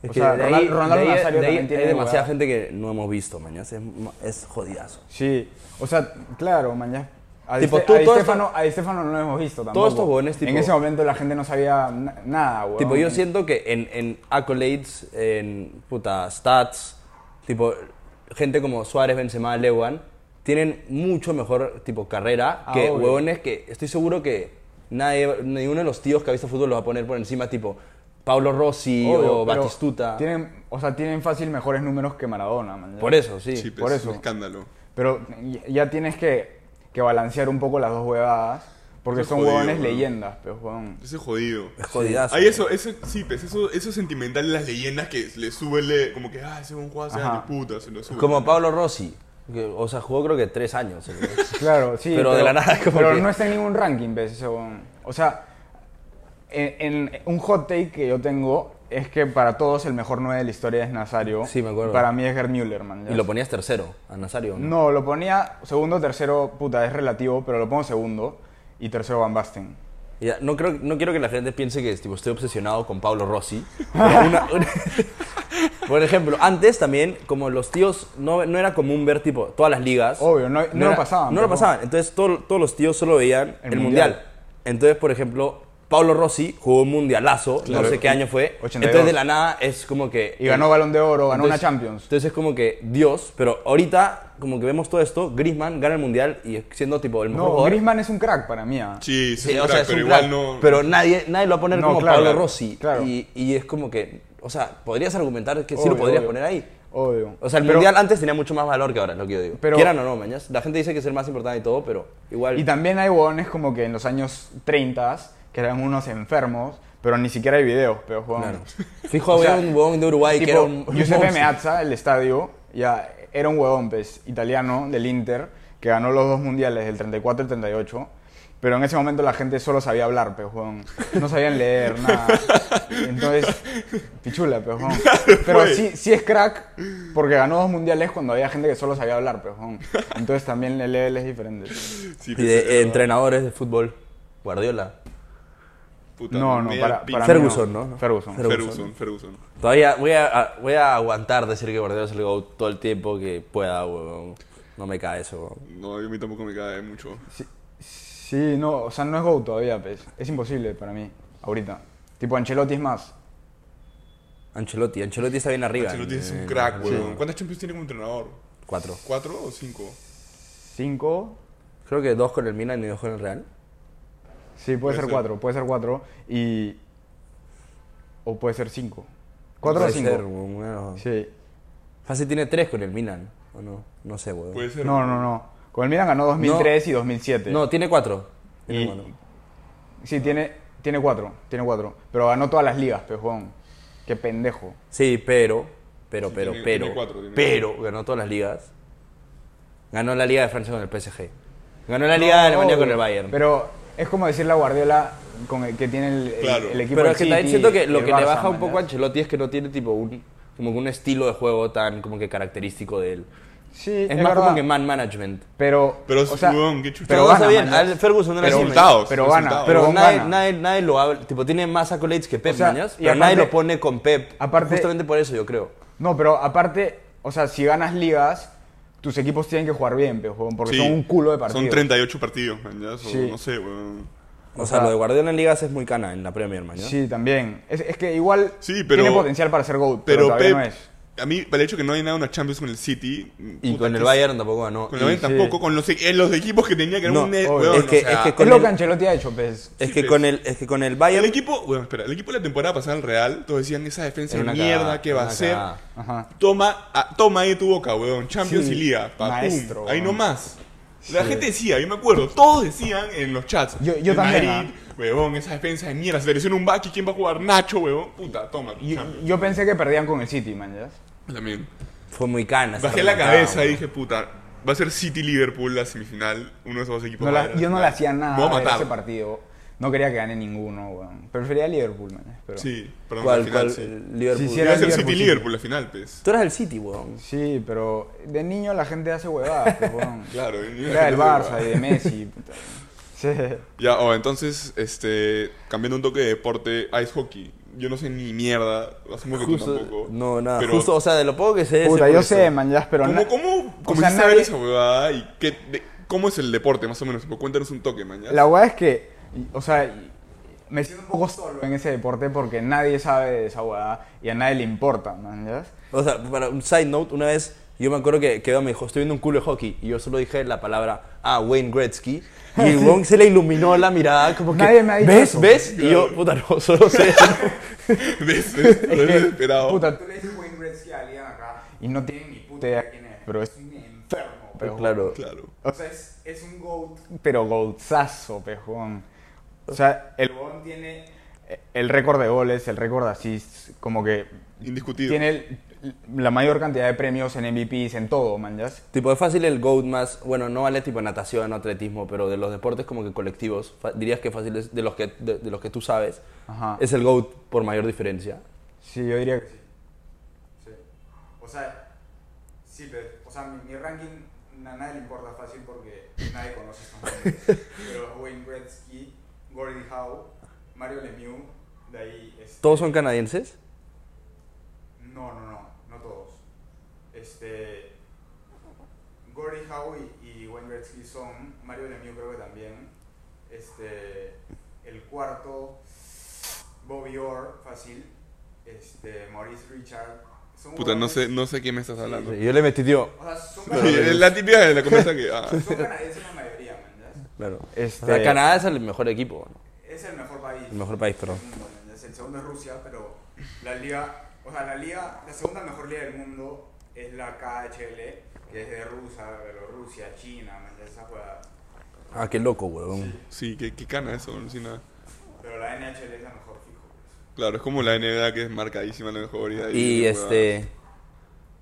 S2: Es
S3: o
S2: que
S3: sea,
S2: de ahí-
S3: Ronald- Ronaldo
S2: de ahí-
S3: Nazario
S2: de ahí
S3: también tiene
S2: Hay demasiada
S3: huevada.
S2: gente que no hemos visto, mañana. Es, es jodidazo.
S3: Sí. O sea, claro, man. ¿ya? A,
S2: Tipo,
S3: tipo,
S2: tú-
S3: a, Di
S2: todo
S3: Stefano, a Di Stefano no lo hemos visto tampoco.
S2: estos huevones, tipo-
S3: En ese momento la gente no sabía na- nada, huevón.
S2: Tipo, yo siento que en, en accolades, en puta stats, tipo, gente como Suárez, Benzema, Lewan, tienen mucho mejor, tipo, carrera
S3: Ah,
S2: que
S3: obvio.
S2: huevones que estoy seguro que nadie, ninguno de los tíos que ha visto fútbol los va a poner por encima, tipo, Pablo Rossi
S3: Obvio,
S2: o
S3: pero
S2: Batistuta.
S3: Tienen, o sea, tienen fácil mejores números que Maradona, man. ¿ya?
S2: Por eso, sí.
S1: Sí, pues,
S3: por
S1: es
S3: eso.
S1: Un escándalo.
S3: Pero ya- ya tienes que, que balancear un poco las dos huevadas.
S1: Eso
S3: Porque
S1: es
S3: son
S1: jodido,
S3: huevones
S1: huevón.
S3: leyendas, pues, pero huevón.
S1: Ese es jodido.
S2: Es jodidazo.
S1: Ahí eso, eso, sí, pues, eso, eso es sentimental de las leyendas que le sube, le- como que, ah, ese es un jugador, se
S3: Ajá.
S1: da puta, se lo sube.
S2: Como Pablo Rossi. que, o sea, jugó creo que tres años. ¿eh?
S3: Claro, sí.
S2: Pero de la nada, como
S3: pero
S2: que-
S3: no está en ningún ranking, ¿ves? Ese huevón. O sea, en, en- un hot take que yo tengo es que para todos el mejor 9 de la historia es Nazario.
S2: Sí, me acuerdo.
S3: Para mí es Gerd Müller, man. ¿ya?
S2: y lo ponías tercero, a Nazario. ¿no?
S3: No, lo ponía segundo, tercero, puta, es relativo, pero lo pongo segundo. Y tercero, Van Basten.
S2: Ya, no, creo, no quiero que la gente piense que tipo, estoy obsesionado con Pablo Rossi. pero una- una- por ejemplo, antes también, como los tíos, no, no era común ver tipo todas las ligas.
S3: Obvio, no- no lo
S2: era-
S3: pasaban,
S2: No lo
S3: pues,
S2: pasaban. Entonces todo- todos los tíos solo veían el,
S3: El
S2: mundial.
S3: Mundial.
S2: Entonces, por ejemplo, Paolo Rossi jugó un mundialazo, no
S1: Claro.
S2: sé qué año fue.
S3: 82.
S2: Entonces de la nada es como que...
S3: Y ganó Balón de Oro, ganó una
S2: Eh, Entonces-
S3: Champions.
S2: Entonces es como que Dios, pero ahorita como que vemos todo esto, Griezmann gana el mundial y siendo tipo el mejor
S3: No,
S2: jugador.
S3: Griezmann es un crack para mí. ah.
S1: Sí, sí,
S2: Sí,
S1: es un
S2: o sea,
S1: crack,
S2: es un
S1: pero
S2: crack,
S1: igual no.
S2: pero nadie, nadie lo va a poner
S3: No,
S2: como
S3: claro,
S2: Pablo
S3: claro,
S2: Rossi.
S3: claro.
S2: Y, y es como que, o sea, podrías argumentar que sí lo
S3: Obvio,
S2: podrías
S3: obvio.
S2: poner ahí.
S3: Obvio.
S2: O sea, el
S3: Pero-
S2: mundial antes tenía mucho más valor que ahora, es lo que yo digo.
S3: Pero-
S2: Quieran o no, mañas. La gente dice que es el más importante y todo, pero igual.
S3: Y también hay huevones como que en los años 30 que eran unos enfermos, pero ni siquiera hay videos, pero
S2: Claro.
S3: huevón.
S2: Fijo,
S3: O sea,
S2: había un huevón de Uruguay que
S3: Tipo,
S2: era un. un
S3: Giuseppe
S2: monstruo.
S3: Meazza, el estadio, ya era un huevón, pues, italiano del Inter, que ganó los dos mundiales, el 34 y el 38. Pero en ese momento la gente solo sabía hablar, pues, huevón. No sabían leer, nada. Entonces, pichula, pues, huevón. Pero
S1: pues.
S3: sí, sí es crack, porque ganó dos mundiales cuando había gente que solo sabía hablar, pues, huevón. Entonces también el level es diferente.
S1: Sí,
S2: Y
S1: pues,
S2: de
S1: es verdad.
S2: entrenadores de fútbol. Guardiola.
S1: Puta,
S3: No, no,
S1: media
S3: para,
S1: pinza.
S3: para
S2: Ferguson,
S3: mí
S2: ¿no?
S3: Ferguson.
S2: Fer-
S1: Ferguson, Ferguson.
S2: Todavía voy a, a- voy a aguantar decir que Guardiola es el GOAT todo el tiempo que pueda, huevón. No me cae eso, huevón.
S1: No, yo a mí tampoco me cae mucho.
S3: Sí, sí, no, o sea, no es Go todavía, pues. Es imposible para mí, ahorita. Tipo, Ancelotti es más.
S2: Ancelotti. Ancelotti está bien arriba.
S1: Ancelotti es
S2: en-
S1: un
S2: en-
S1: crack,
S2: eh, sí.
S1: weón. ¿Cuántas Champions tiene como entrenador?
S2: Cuatro.
S1: ¿Cuatro o cinco?
S3: Cinco,
S2: Creo que dos con el Milan y dos con el Real.
S1: Puede
S3: Sí, puede, ser
S1: ser.
S3: 4, puede ser 4 y... O puede ser 5. 4 o
S2: Puede ser,
S3: 5.
S2: huevón, bueno.
S3: Sí.
S2: Fácil tiene tres con el Milan. ¿O no? No sé, huevón.
S1: Puede ser.
S3: No, no, no. Con el Milan ganó 2003 y 2007.
S2: No, tiene cuatro.
S3: Y-
S2: Tiene cuatro.
S3: Sí, tiene 4, tiene 4, tiene cuatro. Pero ganó todas las ligas, pejón. Qué pendejo.
S2: Sí, pero, pero,
S1: Sí,
S2: pero,
S1: tiene-
S2: pero,
S1: tiene cuatro, tiene
S2: pero, ganó todas las ligas. Ganó la Liga de Francia con el PSG. Ganó la Liga de Alemania
S3: No,
S2: con el Bayern. Pero,
S3: Pero es como decir la Guardiola con el, que tiene el, el-
S1: Claro.
S3: el equipo del
S2: es que también
S3: City
S2: siento que
S3: y
S2: lo
S3: el
S2: que
S3: Barça,
S2: le baja un
S3: man, ¿eh?
S2: poco
S3: ¿ya?
S2: a Ancelotti es que no tiene tipo un, como que un estilo de juego tan como que característico de él.
S3: Sí,
S2: Es,
S3: es,
S2: más
S3: verdad.
S2: como que man management.
S3: Pero,
S1: Pero
S3: o sea,
S1: weón, qué chucha.
S2: Pero
S3: pero gana,
S2: está bien,
S3: man, ¿ya?
S2: al Ferguson no le
S3: Pero-
S2: sirve.
S1: Resultados,
S3: Pero gana,
S1: resultados.
S2: Pero
S3: huevón,
S2: nadie,
S3: gana.
S2: nadie, nadie lo habla, tipo tiene más accolades que Pep,
S3: O sea,
S2: mañas,
S3: y
S2: pero
S3: aparte-
S2: nadie lo pone con Pep.
S3: aparte-
S2: justamente por eso yo creo.
S3: No, pero aparte, o sea, si ganas ligas, tus equipos tienen que jugar bien, pe, huevón, porque
S1: Sí.
S3: son un culo de partidos.
S1: Son 38 partidos, man. ya, so,
S3: Sí.
S1: No sé, weón.
S2: O,
S3: O
S2: sea,
S3: sea,
S2: lo de Guardiola en ligas es muy cana en la Premier, mañas.
S3: Sí, también. Es, es que igual
S1: Sí, pero-
S3: tiene potencial para ser GOAT, pero,
S1: Pero,
S3: todavía
S1: Pep,
S3: no es.
S1: a mí, para el hecho que no hay nada una Champions con el City.
S2: Y
S1: puta,
S2: con el
S1: que-
S2: Bayern tampoco ganó.
S1: Con
S2: Y-
S1: el Bayern
S3: sí.
S1: tampoco, con los, en los equipos que tenía que era
S2: No,
S1: un net,
S2: obvio.
S1: weón,
S2: Es que-
S1: o sea,
S2: es que
S3: Es
S2: con
S3: lo
S2: el-
S3: que Ancelotti ha hecho, pues.
S2: Es que,
S1: Sí,
S2: con
S1: pues.
S2: el, es que con el Bayern.
S1: El equipo, weón, espera, el equipo de la temporada pasada al Real, todos decían esa defensa
S2: Era
S1: de
S2: una
S1: mierda
S2: cagada,
S1: que va
S2: una
S1: a ser.
S2: cagada.
S3: Ajá.
S1: Toma, ah, toma ahí tu boca, weón. Champions
S3: Sí,
S1: y Liga. Pa, pum,
S3: maestro,
S1: ahí
S3: weón.
S1: nomás. La gente decía, yo me acuerdo, todos decían en los chats.
S3: Yo- yo
S1: el
S3: también,
S1: Madrid,
S2: ah.
S1: weón, esa defensa de mierda. Se le lesionó un back y quién va a jugar Nacho, weón. Puta, toma.
S3: Yo,
S1: Champions.
S3: yo pensé que perdían con el City, man, ¿ya?
S1: También.
S2: Fue muy cana. esa
S1: Bajé la
S2: remontada,
S1: cabeza
S2: güey.
S1: y dije, puta, va a ser City Liverpool la semifinal. Uno de esos dos equipos.
S3: No
S1: va a
S3: la-
S1: ir a
S3: yo no
S1: final.
S3: le hacía nada
S1: Me voy a
S3: a ver
S1: matar.
S3: ese partido. No quería que gane ninguno, weón. Prefería Liverpool, man. ¿ya? Pero...
S1: Sí, perdón,
S2: ¿Cuál,
S1: la final,
S2: cuál?
S1: sí.
S2: Liverpool.
S3: Si
S1: Iba
S3: hiciera-
S1: a ser
S3: Liverpool,
S1: City
S3: sí.
S1: Liverpool la final, pues.
S2: Tú eras el City, weón.
S3: Sí, pero de niño la gente hace huevadas, pues, weón.
S1: Claro, de niño la
S3: Era del
S1: gente hace
S3: Barça eh. y de Messi. puta. Sí.
S1: Ya, oh, entonces, este, cambiando un toque de deporte, ice hockey. Yo no sé ni mierda, asumo que tú tampoco.
S2: no, nada.
S1: Pero,
S2: justo, o sea, de lo poco que sé.
S3: Puta,
S2: sé
S3: yo
S2: por
S3: sé,
S2: eso.
S3: man, ya, pero...
S1: ¿Cómo,
S3: na-
S1: cómo
S3: o sea,
S1: comenzaste a ver
S3: nadie-
S1: esa huevada y qué, de- cómo es el deporte, más o menos? Pues Cuéntanos un toque, mañana.
S3: La hueá es que, o sea, me siento un poco solo en ese deporte porque nadie sabe de esa hueá y a nadie le importa, man, ¿ya?
S2: O sea, para un side note, una vez yo me acuerdo que quedó, me dijo, estoy viendo un culo de hockey. Y yo solo dije la palabra, ah, Wayne Gretzky. Y el weón se le iluminó la mirada, como que.
S3: Nadie me ha dicho
S2: ¿Ves?
S3: eso".
S2: ¿Ves? Y yo, puta, no, solo sé. eso.
S1: ¿Ves? ¿Ves? Lo he desesperado.
S3: Puta, tú le dices Wayne Gretzky a alguien acá y no tienen ni puta idea quién es, pero es un enfermo,
S2: Pero
S3: pero
S2: Pues claro.
S1: Claro.
S3: O sea, es, es un goat. Pero goatsazo, pejón. O sea, el goat tiene el récord de goles, el récord de assists, como que
S1: Indiscutido.
S3: tiene el- la mayor cantidad de premios en MVPs, en todo, man, ¿ya?
S2: Tipo, es fácil el GOAT más, bueno, no vale tipo natación, atletismo, pero de los deportes como que colectivos, fa- dirías que fácil es de los que, de, de los que tú sabes,
S3: Ajá.
S2: es el GOAT por mayor diferencia.
S3: Sí, yo diría que sí. Sí. O sea, sí, pero, o sea, mi, mi ranking a nadie le importa fácil porque nadie conoce estos nombres. pero Wayne Gretzky, Gordie Howe, Mario Lemieux, de ahí este,
S2: ¿Todos son canadienses?
S3: No, no, no, no todos. Este Gordie Howe y, y Wayne Gretzky son, Mario Lemieux creo que también. Este
S5: El cuarto, Bobby Orr, fácil. Este, Maurice Richard. Son
S1: Puta, no sé,
S5: jugadores-
S1: no sé quién me estás hablando.
S2: Yo le metí, tío.
S5: O sea, son
S1: Sí, es
S5: canadienses.
S1: la típica de la conversa que. ah.
S5: Son canadienses la mayoría, ¿me entiendes?
S2: Claro.
S3: Este-
S2: O sea, Canadá es el mejor equipo. ¿no?
S5: Es el mejor país.
S2: El mejor país, perdón.
S5: del mundo, ¿me entiendes? El segundo es Rusia, pero la liga, o sea, la liga, la segunda mejor liga del mundo es la KHL, que es de Rusia, Bielorrusia, China, ¿me entiendes? Esa jugada.
S2: Ah, qué loco, weón.
S1: Sí, qué, qué cana eso, alucina.
S5: Pero la NHL es la mejor, fijo. pues.
S1: Claro, es como la NBA que es marcadísima en el juego ahorita
S2: Y
S1: huevadas.
S2: este.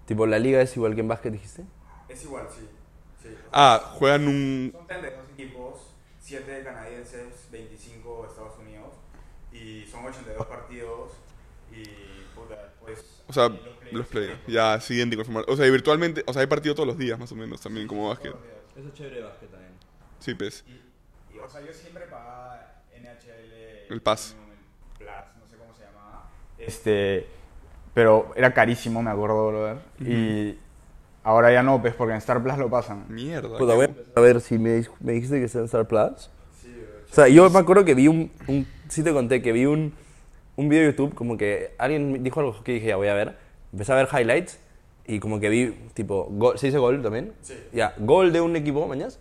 S2: Tipo, la liga es igual que en básquet, dijiste.
S5: Es igual, sí. sí.
S1: Ah, juegan un.
S5: Son 32 equipos, 7 canadienses, 25 de Estados Unidos, y son 82 partidos, y puta, pues...
S1: O sea,
S5: y playoffs
S1: los playoffs.
S5: son
S1: Ya, siguiente con O sea, y virtualmente. O sea, hay partido todos los días, más o menos, también, como básquet.
S5: todos los días.
S4: Eso es chévere de básquet también.
S1: Sí, pues.
S5: Y, y, o sea, yo siempre pagaba NHL...
S1: El pass.
S5: el Plus, no sé cómo se llamaba.
S3: Este, pero era carísimo, me acuerdo, brother. Y ahora ya no, pues, porque en Star Plus lo pasan.
S1: Mierda.
S2: Puta, voy a ver si me, dij- me dijiste que está en Star Plus.
S5: Sí, bro,
S2: O sea, yo me acuerdo que vi un, un sí te conté que vi un, un video de YouTube, como que alguien dijo algo que dije, ya voy a ver. Empecé a ver highlights y como que vi, tipo, gol- ¿se dice gol también?
S5: Sí.
S2: Ya, gol de un equipo, mañas.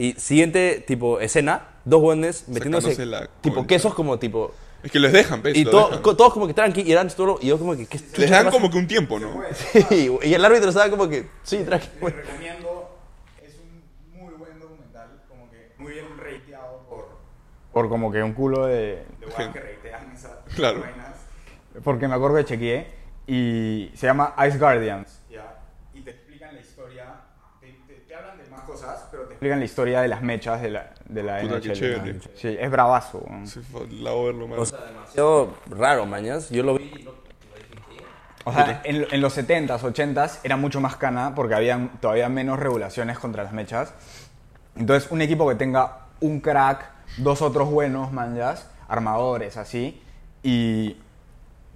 S2: Y siguiente, tipo, escena, dos buenos metiéndose,
S1: Sacándose la
S2: tipo,
S1: concha.
S2: quesos como, tipo,
S1: Es que les dejan, pues.
S2: y
S1: lo
S2: to-
S1: dejan.
S2: co- todos como que tranqui, y eran solo, y yo como que, ¿qué
S1: Les
S2: chucha
S1: dan
S2: pasa?
S1: como que un tiempo, ¿no?
S2: Sí, y el árbitro estaba como que, sí, tranqui.
S3: Pues.
S5: Les recomiendo, es un muy buen documental, como que muy bien rateado por...
S3: Por como que un culo de...
S5: de guays que reitean esas
S1: Claro.
S5: vainas.
S3: Porque me acuerdo que chequeé y se llama Ice Guardians.
S5: Ya. Y te explican la historia, te, te, te hablan de más cosas, pero te explican
S3: Explican la historia de las mechas de la, de la
S1: Puta, qué
S3: NHL.
S1: chévere.
S3: Sí, es bravazo. weón.
S1: Sí, fue la verlo, man.
S2: O sea, demasiado raro, mañas. Yo lo vi y no- lo dije, ¿qué?
S3: O sea, en, en los 70s, 80s era mucho más cana porque había todavía menos regulaciones contra las mechas. Entonces, un equipo que tenga un crack, dos otros buenos, manjas, armadores, así, y,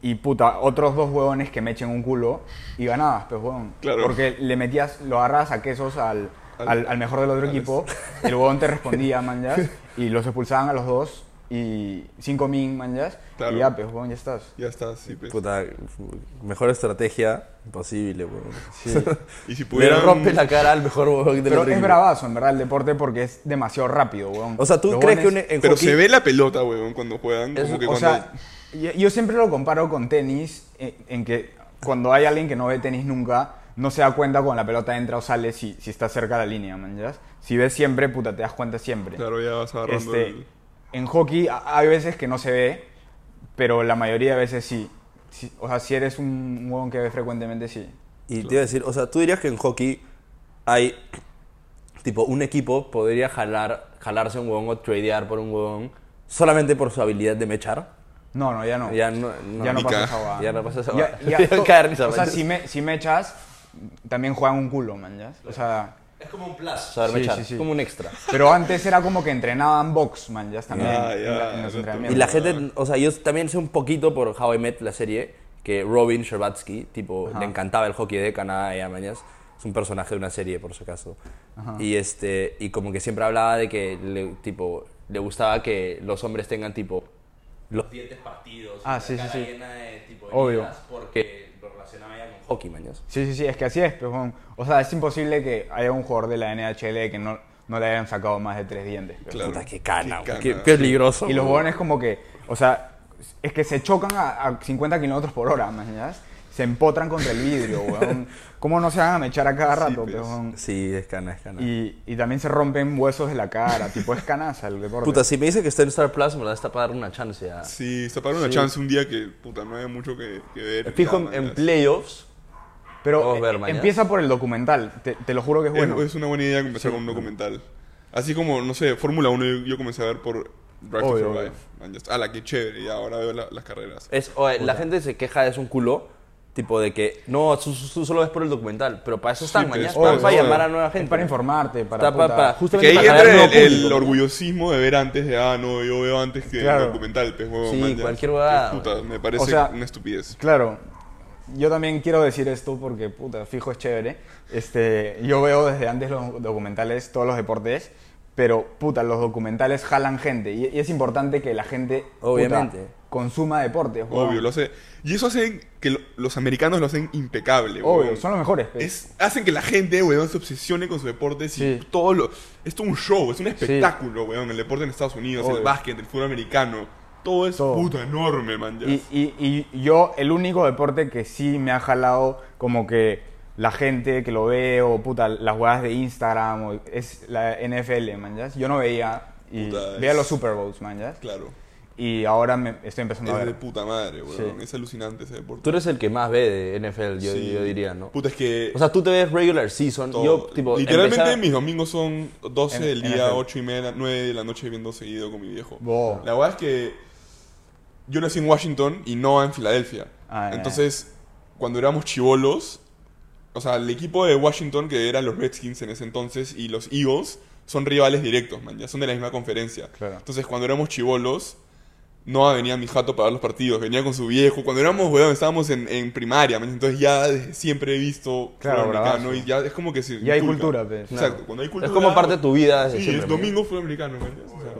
S3: y puta, otros dos huevones que me echen un culo y ganabas, pues huevón.
S1: Claro.
S3: Porque le metías, lo agarrabas a quesos al,
S1: Al-
S3: al- al mejor del otro equipo, el huevón te respondía, manjas, y los expulsaban a los dos, y cinco min, manjas,
S1: Claro.
S3: y ya, pues huevón, ya estás.
S1: Ya está, sí, pues.
S2: Puta, mejor estrategia imposible, weón.
S1: Y si
S2: Pero
S1: pudieran.
S2: rompe la cara al mejor huevón del
S3: Pero
S2: otro
S3: es
S2: equipo.
S3: bravazo, en verdad, el deporte porque es demasiado rápido, weón.
S2: O sea, ¿tú
S3: Los
S2: crees que un,
S3: hueones-
S2: en
S1: Pero
S2: hockey-
S1: se ve la pelota, weón, cuando juegan.
S3: es-
S1: Como que
S3: o
S1: cuando.
S3: sea, yo, yo siempre lo comparo con tenis, en, en que cuando hay alguien que no ve tenis nunca, no se da cuenta cuando la pelota entra o sale si, si está cerca de la línea, man, ¿ya? Si ves siempre, puta, te das cuenta siempre.
S1: Claro, ya vas agarrando.
S3: Este,
S1: el-
S3: En hockey a- hay veces que no se ve, pero la mayoría de veces sí. Sí, O sea, si eres un huevón que ve frecuentemente, sí.
S2: Y te iba a decir, o sea, tú dirías que en hockey hay, tipo, un equipo podría jalar, jalarse un huevón o tradear por un huevón solamente por su habilidad de mechar.
S3: No, no, ya no.
S2: Ya no, no,
S3: ya no
S1: Y
S3: pasa
S1: ca-
S3: esa huevada.
S2: Ya no pasa esa
S3: Ya-
S2: huevada.
S3: ya
S2: Ya
S3: to-
S2: cae de risa,
S3: O sea,
S2: man.
S3: si me, si me echas, también juegan un culo, man. ¿ya? O sea,
S4: Es como un plus.
S2: Saber
S3: Sí,
S2: mechar,
S3: sí, sí.
S2: como un extra.
S3: pero antes era como que entrenaban box, man. ¿ya? También.
S1: Ah,
S3: en
S1: ya,
S3: la- en los
S1: ya,
S3: entrenamientos.
S2: Y la gente, o sea, yo también sé un poquito por How I Met, la serie, que Robin Sherbatsky, tipo, le encantaba el hockey de Canadá y Amañas. Es un personaje de una serie, por si acaso. Y, este, y como que siempre hablaba de que, le, tipo, le gustaba que los hombres tengan, tipo, los
S4: Dientes partidos.
S3: Ah,
S4: la
S3: sí, sí,
S4: cara
S3: sí.
S4: llena de tipo
S3: Obvio.
S4: heridas Porque lo relacionaba ya con
S2: hockey, mañas.
S3: Sí, sí, sí, es que así es. pues, weón. o sea, es imposible que haya un jugador de la NHL que no, no le hayan sacado más de tres dientes. pues.
S1: Claro.
S2: Puta, qué cana,
S1: Qué
S2: güey, qué,
S1: cana.
S2: qué peligroso.
S3: Y los
S2: güey.
S3: huevones como que, o sea, es que se chocan a, a 50 kilómetros por hora, man. ¿ya? Se empotran contra el vidrio, weón. ¿Cómo no se van a mechar a cada
S1: Sí,
S3: rato,
S1: pues.
S3: pues, weón?
S2: Sí, es cana, es cana.
S3: Y, y también se rompen huesos de la cara, tipo es canaza el deporte.
S2: Puta, si me dice que está en Star Plus, me la está para dar una chance a...
S1: Sí, está para una chance un día que, puta, no hay mucho que, que ver. Ya,
S2: Fijo en, en
S1: ya.
S2: playoffs.
S3: Pero
S2: Vamos a ver
S3: eh,
S2: mañana.
S3: empieza por el documental, te, te lo juro que es
S1: Es,
S3: bueno.
S1: es una buena idea empezar con un documental. Así como, no sé, Fórmula 1 yo, yo comencé a ver por Drive
S3: Obvio,
S1: to
S3: obvio.
S1: Survive. Man, ya está. Ah, la que chévere, ya ahora veo la- las carreras.
S2: Es, o, eh, la gente se queja, es un culo, tipo de que, no, tú, tú solo ves por el documental, pero para eso están,
S1: Sí,
S2: mañana,
S1: pues,
S2: para,
S1: obvio,
S2: para llamar
S1: obvio.
S2: a nueva
S3: Es
S2: gente.
S3: para informarte, para...
S2: Está pa-
S3: puta-
S2: para- justamente
S1: que ahí
S2: para
S1: entra
S2: ganar
S1: el,
S2: nuevo
S1: el
S2: público.
S1: orgullosismo de ver antes de, ah, no, yo veo antes que
S3: Claro.
S1: el documental, pues, huevón,
S2: Sí,
S1: man, ya.
S2: cualquier huevada,
S1: Que, Puta,
S2: huevón.
S1: me parece
S3: O sea-
S1: una estupidez.
S3: Claro, yo también quiero decir esto porque, puta, fijo es chévere. Este, yo veo desde antes los documentales, todos los deportes, Pero, puta, los documentales jalan gente. Y, y es importante que la gente puta,
S2: Obviamente.
S3: consuma deporte. weón.
S1: Obvio, lo hace. Y eso hace que lo- los americanos lo hacen impecable,
S3: Obvio,
S1: weón.
S3: son los mejores. pe.
S1: Es- hacen que la gente, weón, se obsesione con su deporte. si
S3: Sí.
S1: todo lo, es todo un show, es un espectáculo, weón. El deporte en Estados Unidos, el
S3: Obvio.
S1: básquet, el fútbol americano. Todo es
S3: Todo.
S1: puta enorme, man. ya.
S3: Y, y- y yo, el único deporte que sí me ha jalado, como que la gente que lo ve o puta, las jugadas de Instagram, o- es la NFL, man. ¿ya? Yo no veía. Y
S1: Puta,
S3: veía
S1: es-
S3: los Super Bowls, man. ¿ya?
S1: Claro.
S3: Y ahora me estoy empezando a
S1: es de
S3: ver.
S1: puta madre, weón.
S3: Sí.
S1: Es alucinante ese deporte.
S2: Tú eres el que más ve de NFL, yo,
S1: Sí.
S2: yo diría, ¿no?
S1: Puta, es que.
S2: O sea, tú te ves regular season.
S1: todo-
S2: Yo, tipo,
S1: literalmente
S2: empezaba-
S1: mis domingos son 12
S3: En-
S1: del
S3: en
S1: día,
S3: NFL.
S1: 8 y media, 9 de la noche viendo seguido con mi viejo.
S3: Wow.
S1: La verdad es que yo nací en Washington y no en Filadelfia.
S3: Ah, ya,
S1: Entonces, cuando éramos chivolos, o sea, el equipo de Washington, que eran los Redskins en ese entonces, y los Eagles, son rivales directos, man, ya son de la misma conferencia.
S3: Claro.
S1: Entonces, cuando éramos chivolos, no venía mi jato para ver los partidos, venía con su viejo. Cuando éramos, weón, estábamos en, en primaria, man, entonces ya desde siempre he visto
S3: Claro,
S1: fútbol americano
S3: bravazo.
S1: y ya es como que se
S3: Y hay
S1: inculca.
S3: cultura, pues.
S1: Exacto,
S2: Claro.
S1: cuando hay cultura.
S2: Es como parte de tu vida. desde
S1: Sí,
S2: siempre,
S1: es
S2: ¿no?
S1: domingo fue americano, man, ya, o sea,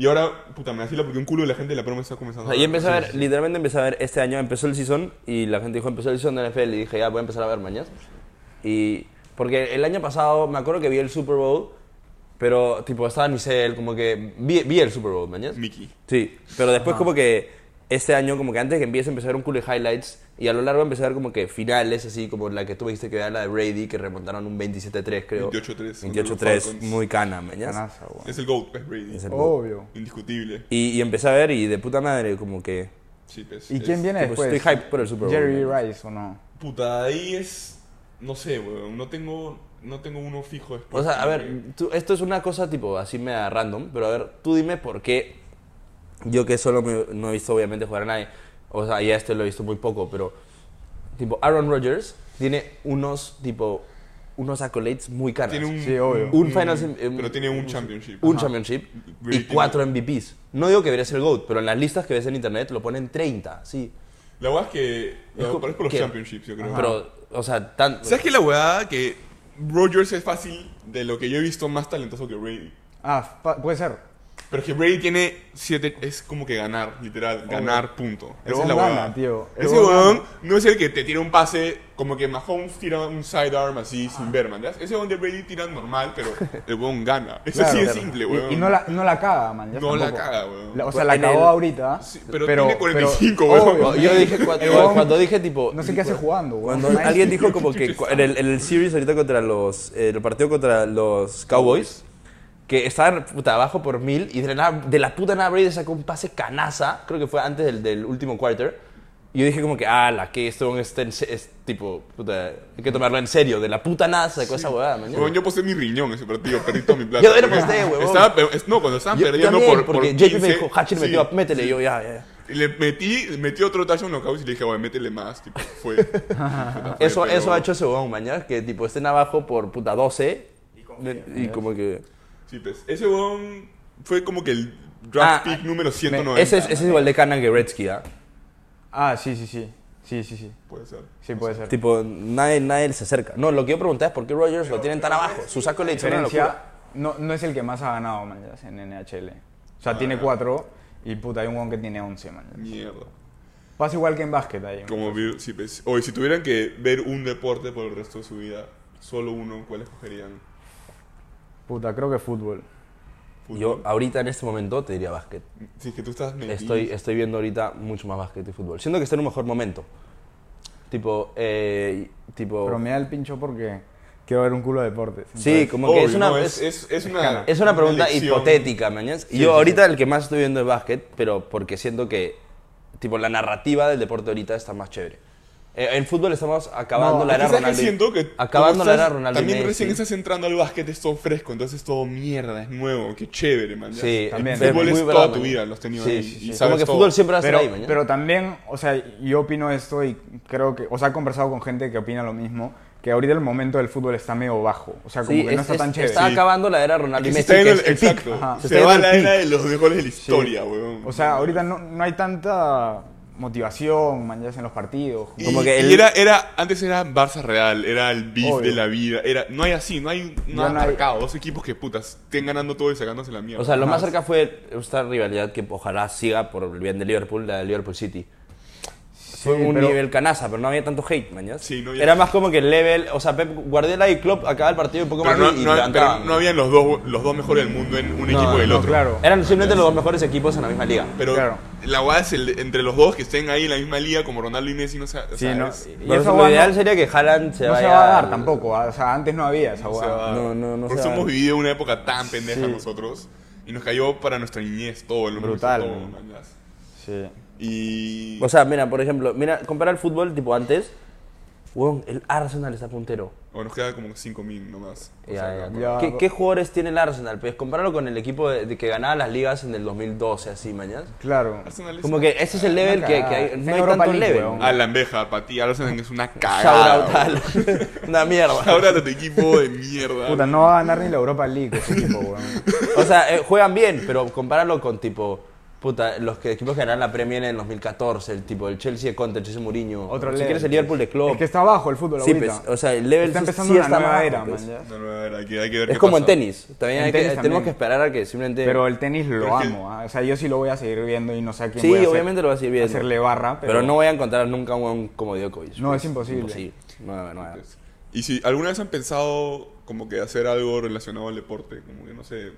S1: Y ahora, puta, me vacila porque un culo de la gente de la promo está
S2: O
S1: comenzando.
S2: sea, y
S1: verlo.
S2: empecé a ver, literalmente empecé a ver este año, empezó el season y la gente dijo, empezó el season de NFL y dije, ya voy a empezar a ver mañana. Y porque el año pasado me acuerdo que vi el Super Bowl, pero tipo estaba Nicel, como que vi, vi el Super Bowl mañana.
S1: Mickey.
S2: Sí, pero después como que este año, como que antes que empiece empecé a ver un culo de highlights y a lo largo empecé a ver como que finales, así como la que tú me dijiste que era la de Brady, que remontaron un 27-3 creo.
S1: 28-3,
S2: 28-3,
S1: contra los
S2: muy cana, mañana.
S3: Ganaza, weón.
S1: Es el GOAT, es Brady.
S2: Es el-
S3: Obvio.
S1: Indiscutible.
S2: Y, y empecé a ver y de puta madre, como que...
S1: Sí, pues,
S3: ¿Y
S1: es-
S3: quién viene
S2: tipo,
S3: después?
S2: estoy hyped por el Super Bowl,
S3: Jerry
S2: mañas.
S3: Rice o no.
S1: Puta, ahí es. No sé, weón. No tengo, no tengo uno fijo después.
S2: O sea, a
S1: Eh,
S2: ver, tú- esto es una cosa tipo así da random, pero a ver, tú dime por qué yo que solo me- no he visto obviamente jugar a nadie, o sea, ya este lo he visto muy poco, pero tipo Aaron Rodgers tiene unos tipo unos accolades muy caros.
S1: Tiene un.
S3: Sí, obvio.
S2: Un finals in- eh,
S1: pero tiene un championship.
S2: un
S1: Ajá.
S2: championship
S1: Brady
S2: y
S1: tiene-
S2: cuatro MVPs. No digo que debería ser GOAT, pero en las listas que ves en internet lo ponen 30, sí.
S1: La weá es que. La
S2: Es co-
S1: parece por los
S2: ¿qué?
S1: championships, yo creo.
S2: Pero o sea, tan
S1: ¿Sabes qué la weá? Que Rogers es fácil de lo que yo he visto más talentoso que Brady.
S3: Ah, fa- puede ser.
S1: Pero es que Brady tiene siete. Es como que ganar, literal. Ganar, punto.
S3: El
S1: Esa es la
S3: weón
S1: weá.
S3: gana, tío. El
S1: Ese
S3: weón
S1: weón
S3: gana.
S1: no es el que te tira un pase como que Mahomes tira un sidearm así sin ver, man. ¿ya? Ese weón de Brady tira normal, pero el weón gana. Eso
S3: Claro.
S1: sí es simple,
S3: Y-
S1: weón.
S3: Y, no, la, no la caga, man. ya
S1: No la
S3: tampoco.
S1: caga, weón.
S3: La- o
S2: Pues
S3: sea, la
S2: en
S3: cagó
S2: el-
S3: ahorita.
S1: Sí, pero tiene 45, weón.
S2: No, yo dije cuando,
S3: El weón-
S2: cuando dije tipo
S3: No sé qué hace jugando, weón.
S2: Cuando alguien dijo como que cu- en el, en el series ahorita contra los eh, el partido contra los Cowboys que estaban puta, abajo por mil y de la, nada- de la puta nada Brady sacó un pase canaza, creo que fue antes del, del último quarter. Y yo dije como que, ah, la que esto es, es tipo, puta, hay que tomarlo en serio, de la puta nada sacó esa huevada, man.
S1: Weón, yo posé mi riñón ese partido, perdí toda mi plata.
S2: Yo también aposté, weón.
S1: Estaba pe- es- no, cuando estaban
S2: Yo
S1: perdiendo
S2: también,
S1: por, por
S2: porque JP
S1: 15,
S2: me dijo, Hatcher
S1: sí.
S2: metió, métele, y yo ya, ya, ya.
S1: Y Le metí, metí otro touchdown los Cowboys y le dije, weón, métele más. Tipo, fue. Puta, fue,
S2: Eso,
S1: pero-
S2: eso ha hecho ese huevón, mañana, que tipo estén abajo por puta 12
S5: Y confía.
S2: y como que...
S1: Sí, pues. Ese weón fue como que el draft
S2: Ah,
S1: pick número 190.
S2: Ese es, ese es igual de canan que Redsky, ¿ah?
S3: Ah, sí, sí, sí. Sí, sí, sí.
S1: Puede ser.
S3: Sí, puede ser.
S2: Tipo, nadie, nadie se acerca. No, lo que yo preguntaba es por qué Rogers lo tienen tan abajo. Su saco le hicieron una
S3: diferencia
S2: locura.
S3: no, no es el que más ha ganado, man, ya, en NHL. O
S2: Ah,
S3: sea, tiene cuatro y puta, hay un weón que tiene 11, man. ya.
S1: Mierda.
S3: Pasa igual que en básquet ahí. man.
S1: Como vi- sí, pues. Oye, si tuvieran que ver un deporte por el resto de su vida, solo uno, ¿cuál escogerían?
S3: Puta, creo que fútbol.
S1: Fútbol.
S2: Yo ahorita en este momento te diría básquet.
S1: Si es que tú estás metido.
S2: Estoy, estoy viendo ahorita mucho más básquet y fútbol. Siento que está en un mejor momento. Tipo, eh, tipo...
S3: Pero me da el pincho porque quiero ver un culo de deportes.
S2: Sí,
S3: Entonces,
S2: como
S1: Obvio,
S2: que es una...
S1: no,
S2: es,
S1: es, es, es Ah, una,
S2: es una pregunta
S1: elección.
S2: hipotética, mañana. Y yo ahorita el que más estoy viendo es básquet, pero porque siento que, tipo, la narrativa del deporte ahorita está más chévere. Eh, en fútbol estamos acabando
S3: No,
S2: la
S1: Es que
S2: era
S1: ¿sabes qué
S2: Ronaldo. y-
S1: siento que
S2: acabando
S1: como
S2: la
S1: estás-
S2: era Ronaldo. y
S1: También
S2: Messi.
S1: recién estás entrando al básquet, es todo fresco, entonces es todo mierda, es nuevo, qué chévere, man. ya.
S2: Sí,
S3: También.
S1: El fútbol
S2: muy
S1: es
S2: verdad,
S1: toda tu
S2: mañana.
S1: vida, lo has tenido
S2: Sí,
S1: ahí.
S2: sí, sí.
S1: Y sabes
S2: Como que
S1: todo.
S2: fútbol siempre va a estar
S3: Pero,
S2: ahí, mañana.
S3: pero también, o sea, yo opino esto y creo que, o sea, he conversado con gente que opina lo mismo, que ahorita el momento del fútbol está medio bajo. O sea, como
S2: Sí,
S3: que
S2: es-
S3: no está
S2: es-
S3: tan chévere.
S2: Está acabando la era Ronaldo
S1: Que
S2: y
S1: se
S2: Messi,
S1: está
S2: que
S1: yendo el-
S2: es el pic.
S1: exacto.
S3: Ajá.
S2: Se
S1: Se,
S2: está
S1: va a
S2: yendo
S1: la
S2: el
S1: era de los mejores de la historia,
S3: Sí.
S1: weón.
S3: O sea, ahorita no, no hay tanta motivación, man, ya en los partidos.
S1: Y,
S2: Como que
S1: y
S2: el-
S1: era, era, antes era Barça Real, era el beef
S3: Obvio.
S1: de la vida. Era, no hay así, no hay nada
S3: no hay-
S1: marcado. Dos equipos que putas estén ganando todo y sacándose la mierda.
S2: O sea, lo más cerca fue esta rivalidad que ojalá siga por el bien de Liverpool, la de Liverpool City. fue un
S3: pero-
S2: nivel canaza, pero no había tanto hate, mañas.
S1: Sí, no había-
S2: Era más como que el level, o sea, Pep Guardiola y Klopp acababa el partido un poco
S1: pero, no,
S2: más y, y
S1: no-
S2: levantaban.
S1: pero no habían los dos, los dos mejores del mundo en un
S2: No,
S1: equipo y el
S3: no,
S1: otro.
S3: claro.
S2: Eran simplemente los dos mejores equipos en la misma liga.
S1: Pero
S3: Claro.
S1: la guada es el, entre los dos que estén ahí en la misma liga, como Ronaldo y Messi, no sé. o
S3: Sí,
S1: sea,
S3: no.
S1: es-
S3: Y
S2: Pero
S3: esa
S2: lo
S3: hueá no-
S2: ideal sería que Haaland se
S3: No
S2: vaya
S3: se va a dar
S2: al-
S3: tampoco, ah, o sea, antes no había esa
S1: o sea,
S3: hueá.
S2: No, no, no
S1: Porque
S2: se va.
S1: hemos vivido una época tan pendeja
S3: Sí.
S1: nosotros y nos cayó para nuestra niñez todo el mundo.
S3: Brutal,
S1: todo,
S3: man.
S1: man, ya.
S3: Sí.
S1: Y.
S2: O sea, mira, por ejemplo, mira, compara el fútbol tipo antes. Weón, el Arsenal está puntero.
S1: o nos queda como 5.000 nomás. O
S2: Ya,
S1: sea,
S2: ya.
S1: no,
S3: ya.
S2: ¿Qué, qué jugadores tiene el Arsenal? Pues compáralo con el equipo de, de que ganaba las ligas en el 2012, así, mañana.
S3: Claro.
S1: Arsenal es-
S2: Como que ese es el level que, que hay.
S3: Está en
S2: No hay
S3: Europa
S2: tanto
S3: League,
S2: level.
S3: weón.
S1: A la enveja, para ti, Arsenal es una
S2: Shout out
S1: cagada.
S2: al- Una mierda.
S1: Ahora tu equipo de mierda.
S3: Puta, no va a ganar ni la Europa League ese equipo, weón.
S2: O sea, eh, juegan bien, pero compáralo con tipo. Puta, los que, equipos que ganaron la Premier en el 2014, el tipo, el Chelsea de Conte, el Chelsea Mourinho.
S3: Otro
S2: si
S3: level.
S2: quieres el Liverpool de Klopp.
S3: Es que está abajo el fútbol
S2: sí,
S3: ahorita.
S2: pues, o sea, el level
S3: está
S2: sí-
S3: empezando
S2: sí
S3: una
S2: está
S3: nueva
S2: bajo,
S3: era,
S2: pues.
S3: man, ya.
S1: No, no, a ver, hay que, hay que ver
S2: Es
S1: qué
S2: como
S1: pasa.
S2: en tenis. También,
S3: En
S2: hay que-
S3: tenis
S2: tenemos
S3: también.
S2: que esperar a que simplemente.
S3: Pero el tenis lo
S1: Pero es que-
S3: amo, ah, o sea, yo sí lo voy a seguir viendo y no sé a quién
S2: Sí,
S3: voy a hacer-
S2: obviamente lo vas a seguir viendo.
S3: hacerle barra,
S2: pero,
S3: pero...
S2: no voy a encontrar nunca un weón como Djokovic.
S3: No, es imposible.
S2: Imposible. No, no, no.
S1: Y si alguna vez han pensado como que hacer algo relacionado al deporte, como que no sé,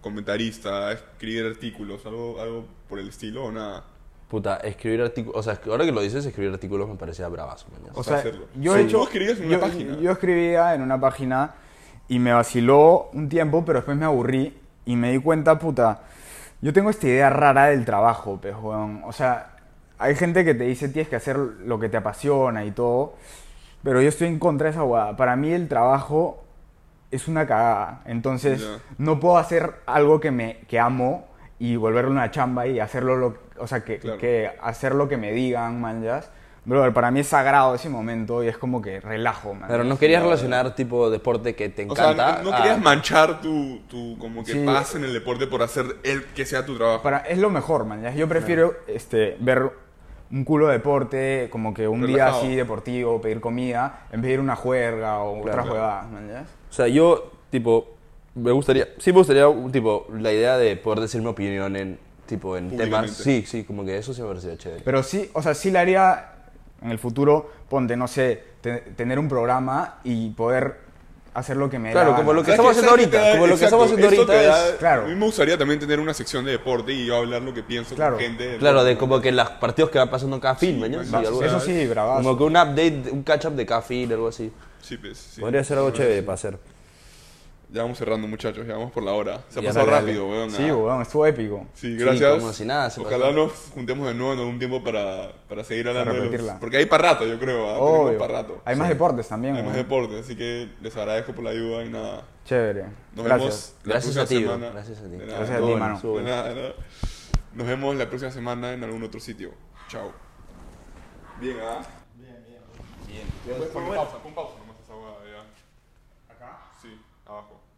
S1: comentarista, escribir artículos, algo, algo por el estilo o nada.
S2: Puta, escribir artículos. O sea, ahora que lo dices, escribir artículos me parecía bravazo. mañana.
S3: O sea,
S1: hacerlo.
S3: yo
S1: Sí.
S3: he hecho...
S1: Tú escribías en una
S3: yo-
S1: página.
S3: Yo escribía en una página y me vaciló un tiempo, pero después me aburrí y me di cuenta, puta, yo tengo esta idea rara del trabajo, pues, weón. O sea, hay gente que te dice tienes que hacer lo que te apasiona y todo, pero yo estoy en contra de esa guada. Para mí el trabajo es una cagada. Entonces,
S1: Ya.
S3: no puedo hacer algo que me que amo y volverlo una chamba y hacerlo lo, o sea, que,
S1: Claro.
S3: que hacer lo que me digan, man, ya. Brother, para mí es sagrado ese momento y es como que relajo, man.
S2: Pero no querías relacionar tipo deporte que te
S1: O sea,
S2: encanta.
S1: no, no
S2: a-
S1: querías manchar tu, tu como que
S3: Sí.
S1: paz en el deporte por hacer el que sea tu trabajo.
S3: Para, es lo mejor, man. ya. Yo prefiero este, ver un culo de deporte, como que un
S1: Relajado.
S3: día así deportivo, pedir comida, en vez de ir a una juerga o otra jugada, man. ya.
S2: O sea, yo, tipo, me gustaría, sí me gustaría, un tipo, la idea de poder decir mi opinión en, tipo, en temas.
S1: Públicamente.
S2: Sí, sí, como que eso sí me parecía chévere.
S3: Pero sí, o sea, sí le haría en el futuro, ponte, no sé, te- tener un programa y poder hacer lo que me dé la
S2: Claro, como
S3: gana.
S2: lo que estamos haciendo
S1: ¿Sabes qué?
S2: ahorita, como lo
S1: Exacto,
S2: que estamos haciendo
S1: esto te
S2: ahorita es-
S1: da-
S3: Claro.
S1: A mí me gustaría también tener una sección de deporte y yo hablar lo que pienso
S3: Claro.
S1: con gente.
S2: Claro, de como que los partidos que va pasando en cada film, ¿no? Sí,
S1: man,
S2: algo
S3: Eso
S2: así.
S3: sí, bravazo.
S2: Como que un update, un catch-up de cada film, algo así.
S1: Sí, pues, sí.
S2: Podría ser algo chévere para hacer.
S1: Ya vamos cerrando, muchachos, ya vamos por la hora. Se ha
S2: Ya,
S1: pasado
S2: dale,
S1: rápido, weón.
S3: Sí,
S1: ah.
S3: weón, estuvo épico.
S1: Sí, gracias.
S2: como si nada, se
S1: Ojalá
S2: pasó.
S1: nos juntemos de nuevo en algún tiempo para, para seguir hablando. de los-
S3: repetirla.
S1: porque hay para rato, yo creo. ¿ah? Tenemos
S3: Obvio.
S1: para rato.
S3: Hay más
S1: Sí.
S3: deportes también,
S1: Hay más
S3: weón.
S1: deporte, así que les agradezco por la ayuda y nada.
S3: Chévere.
S1: Nos
S3: Gracias.
S1: vemos la
S2: Gracias
S1: próxima
S2: a ti, bro.
S1: semana.
S2: Gracias a ti.
S1: De nada,
S3: Gracias a
S1: todo
S3: ti,
S1: bien.
S3: mano.
S1: De nada, de nada. Nos vemos la próxima semana en algún otro sitio. Chao. Bien, ¿ah? Bien, bien. Bien. Pon pausa, pon pausa nomás esa hueá de allá. ¿Acá? Sí, abajo.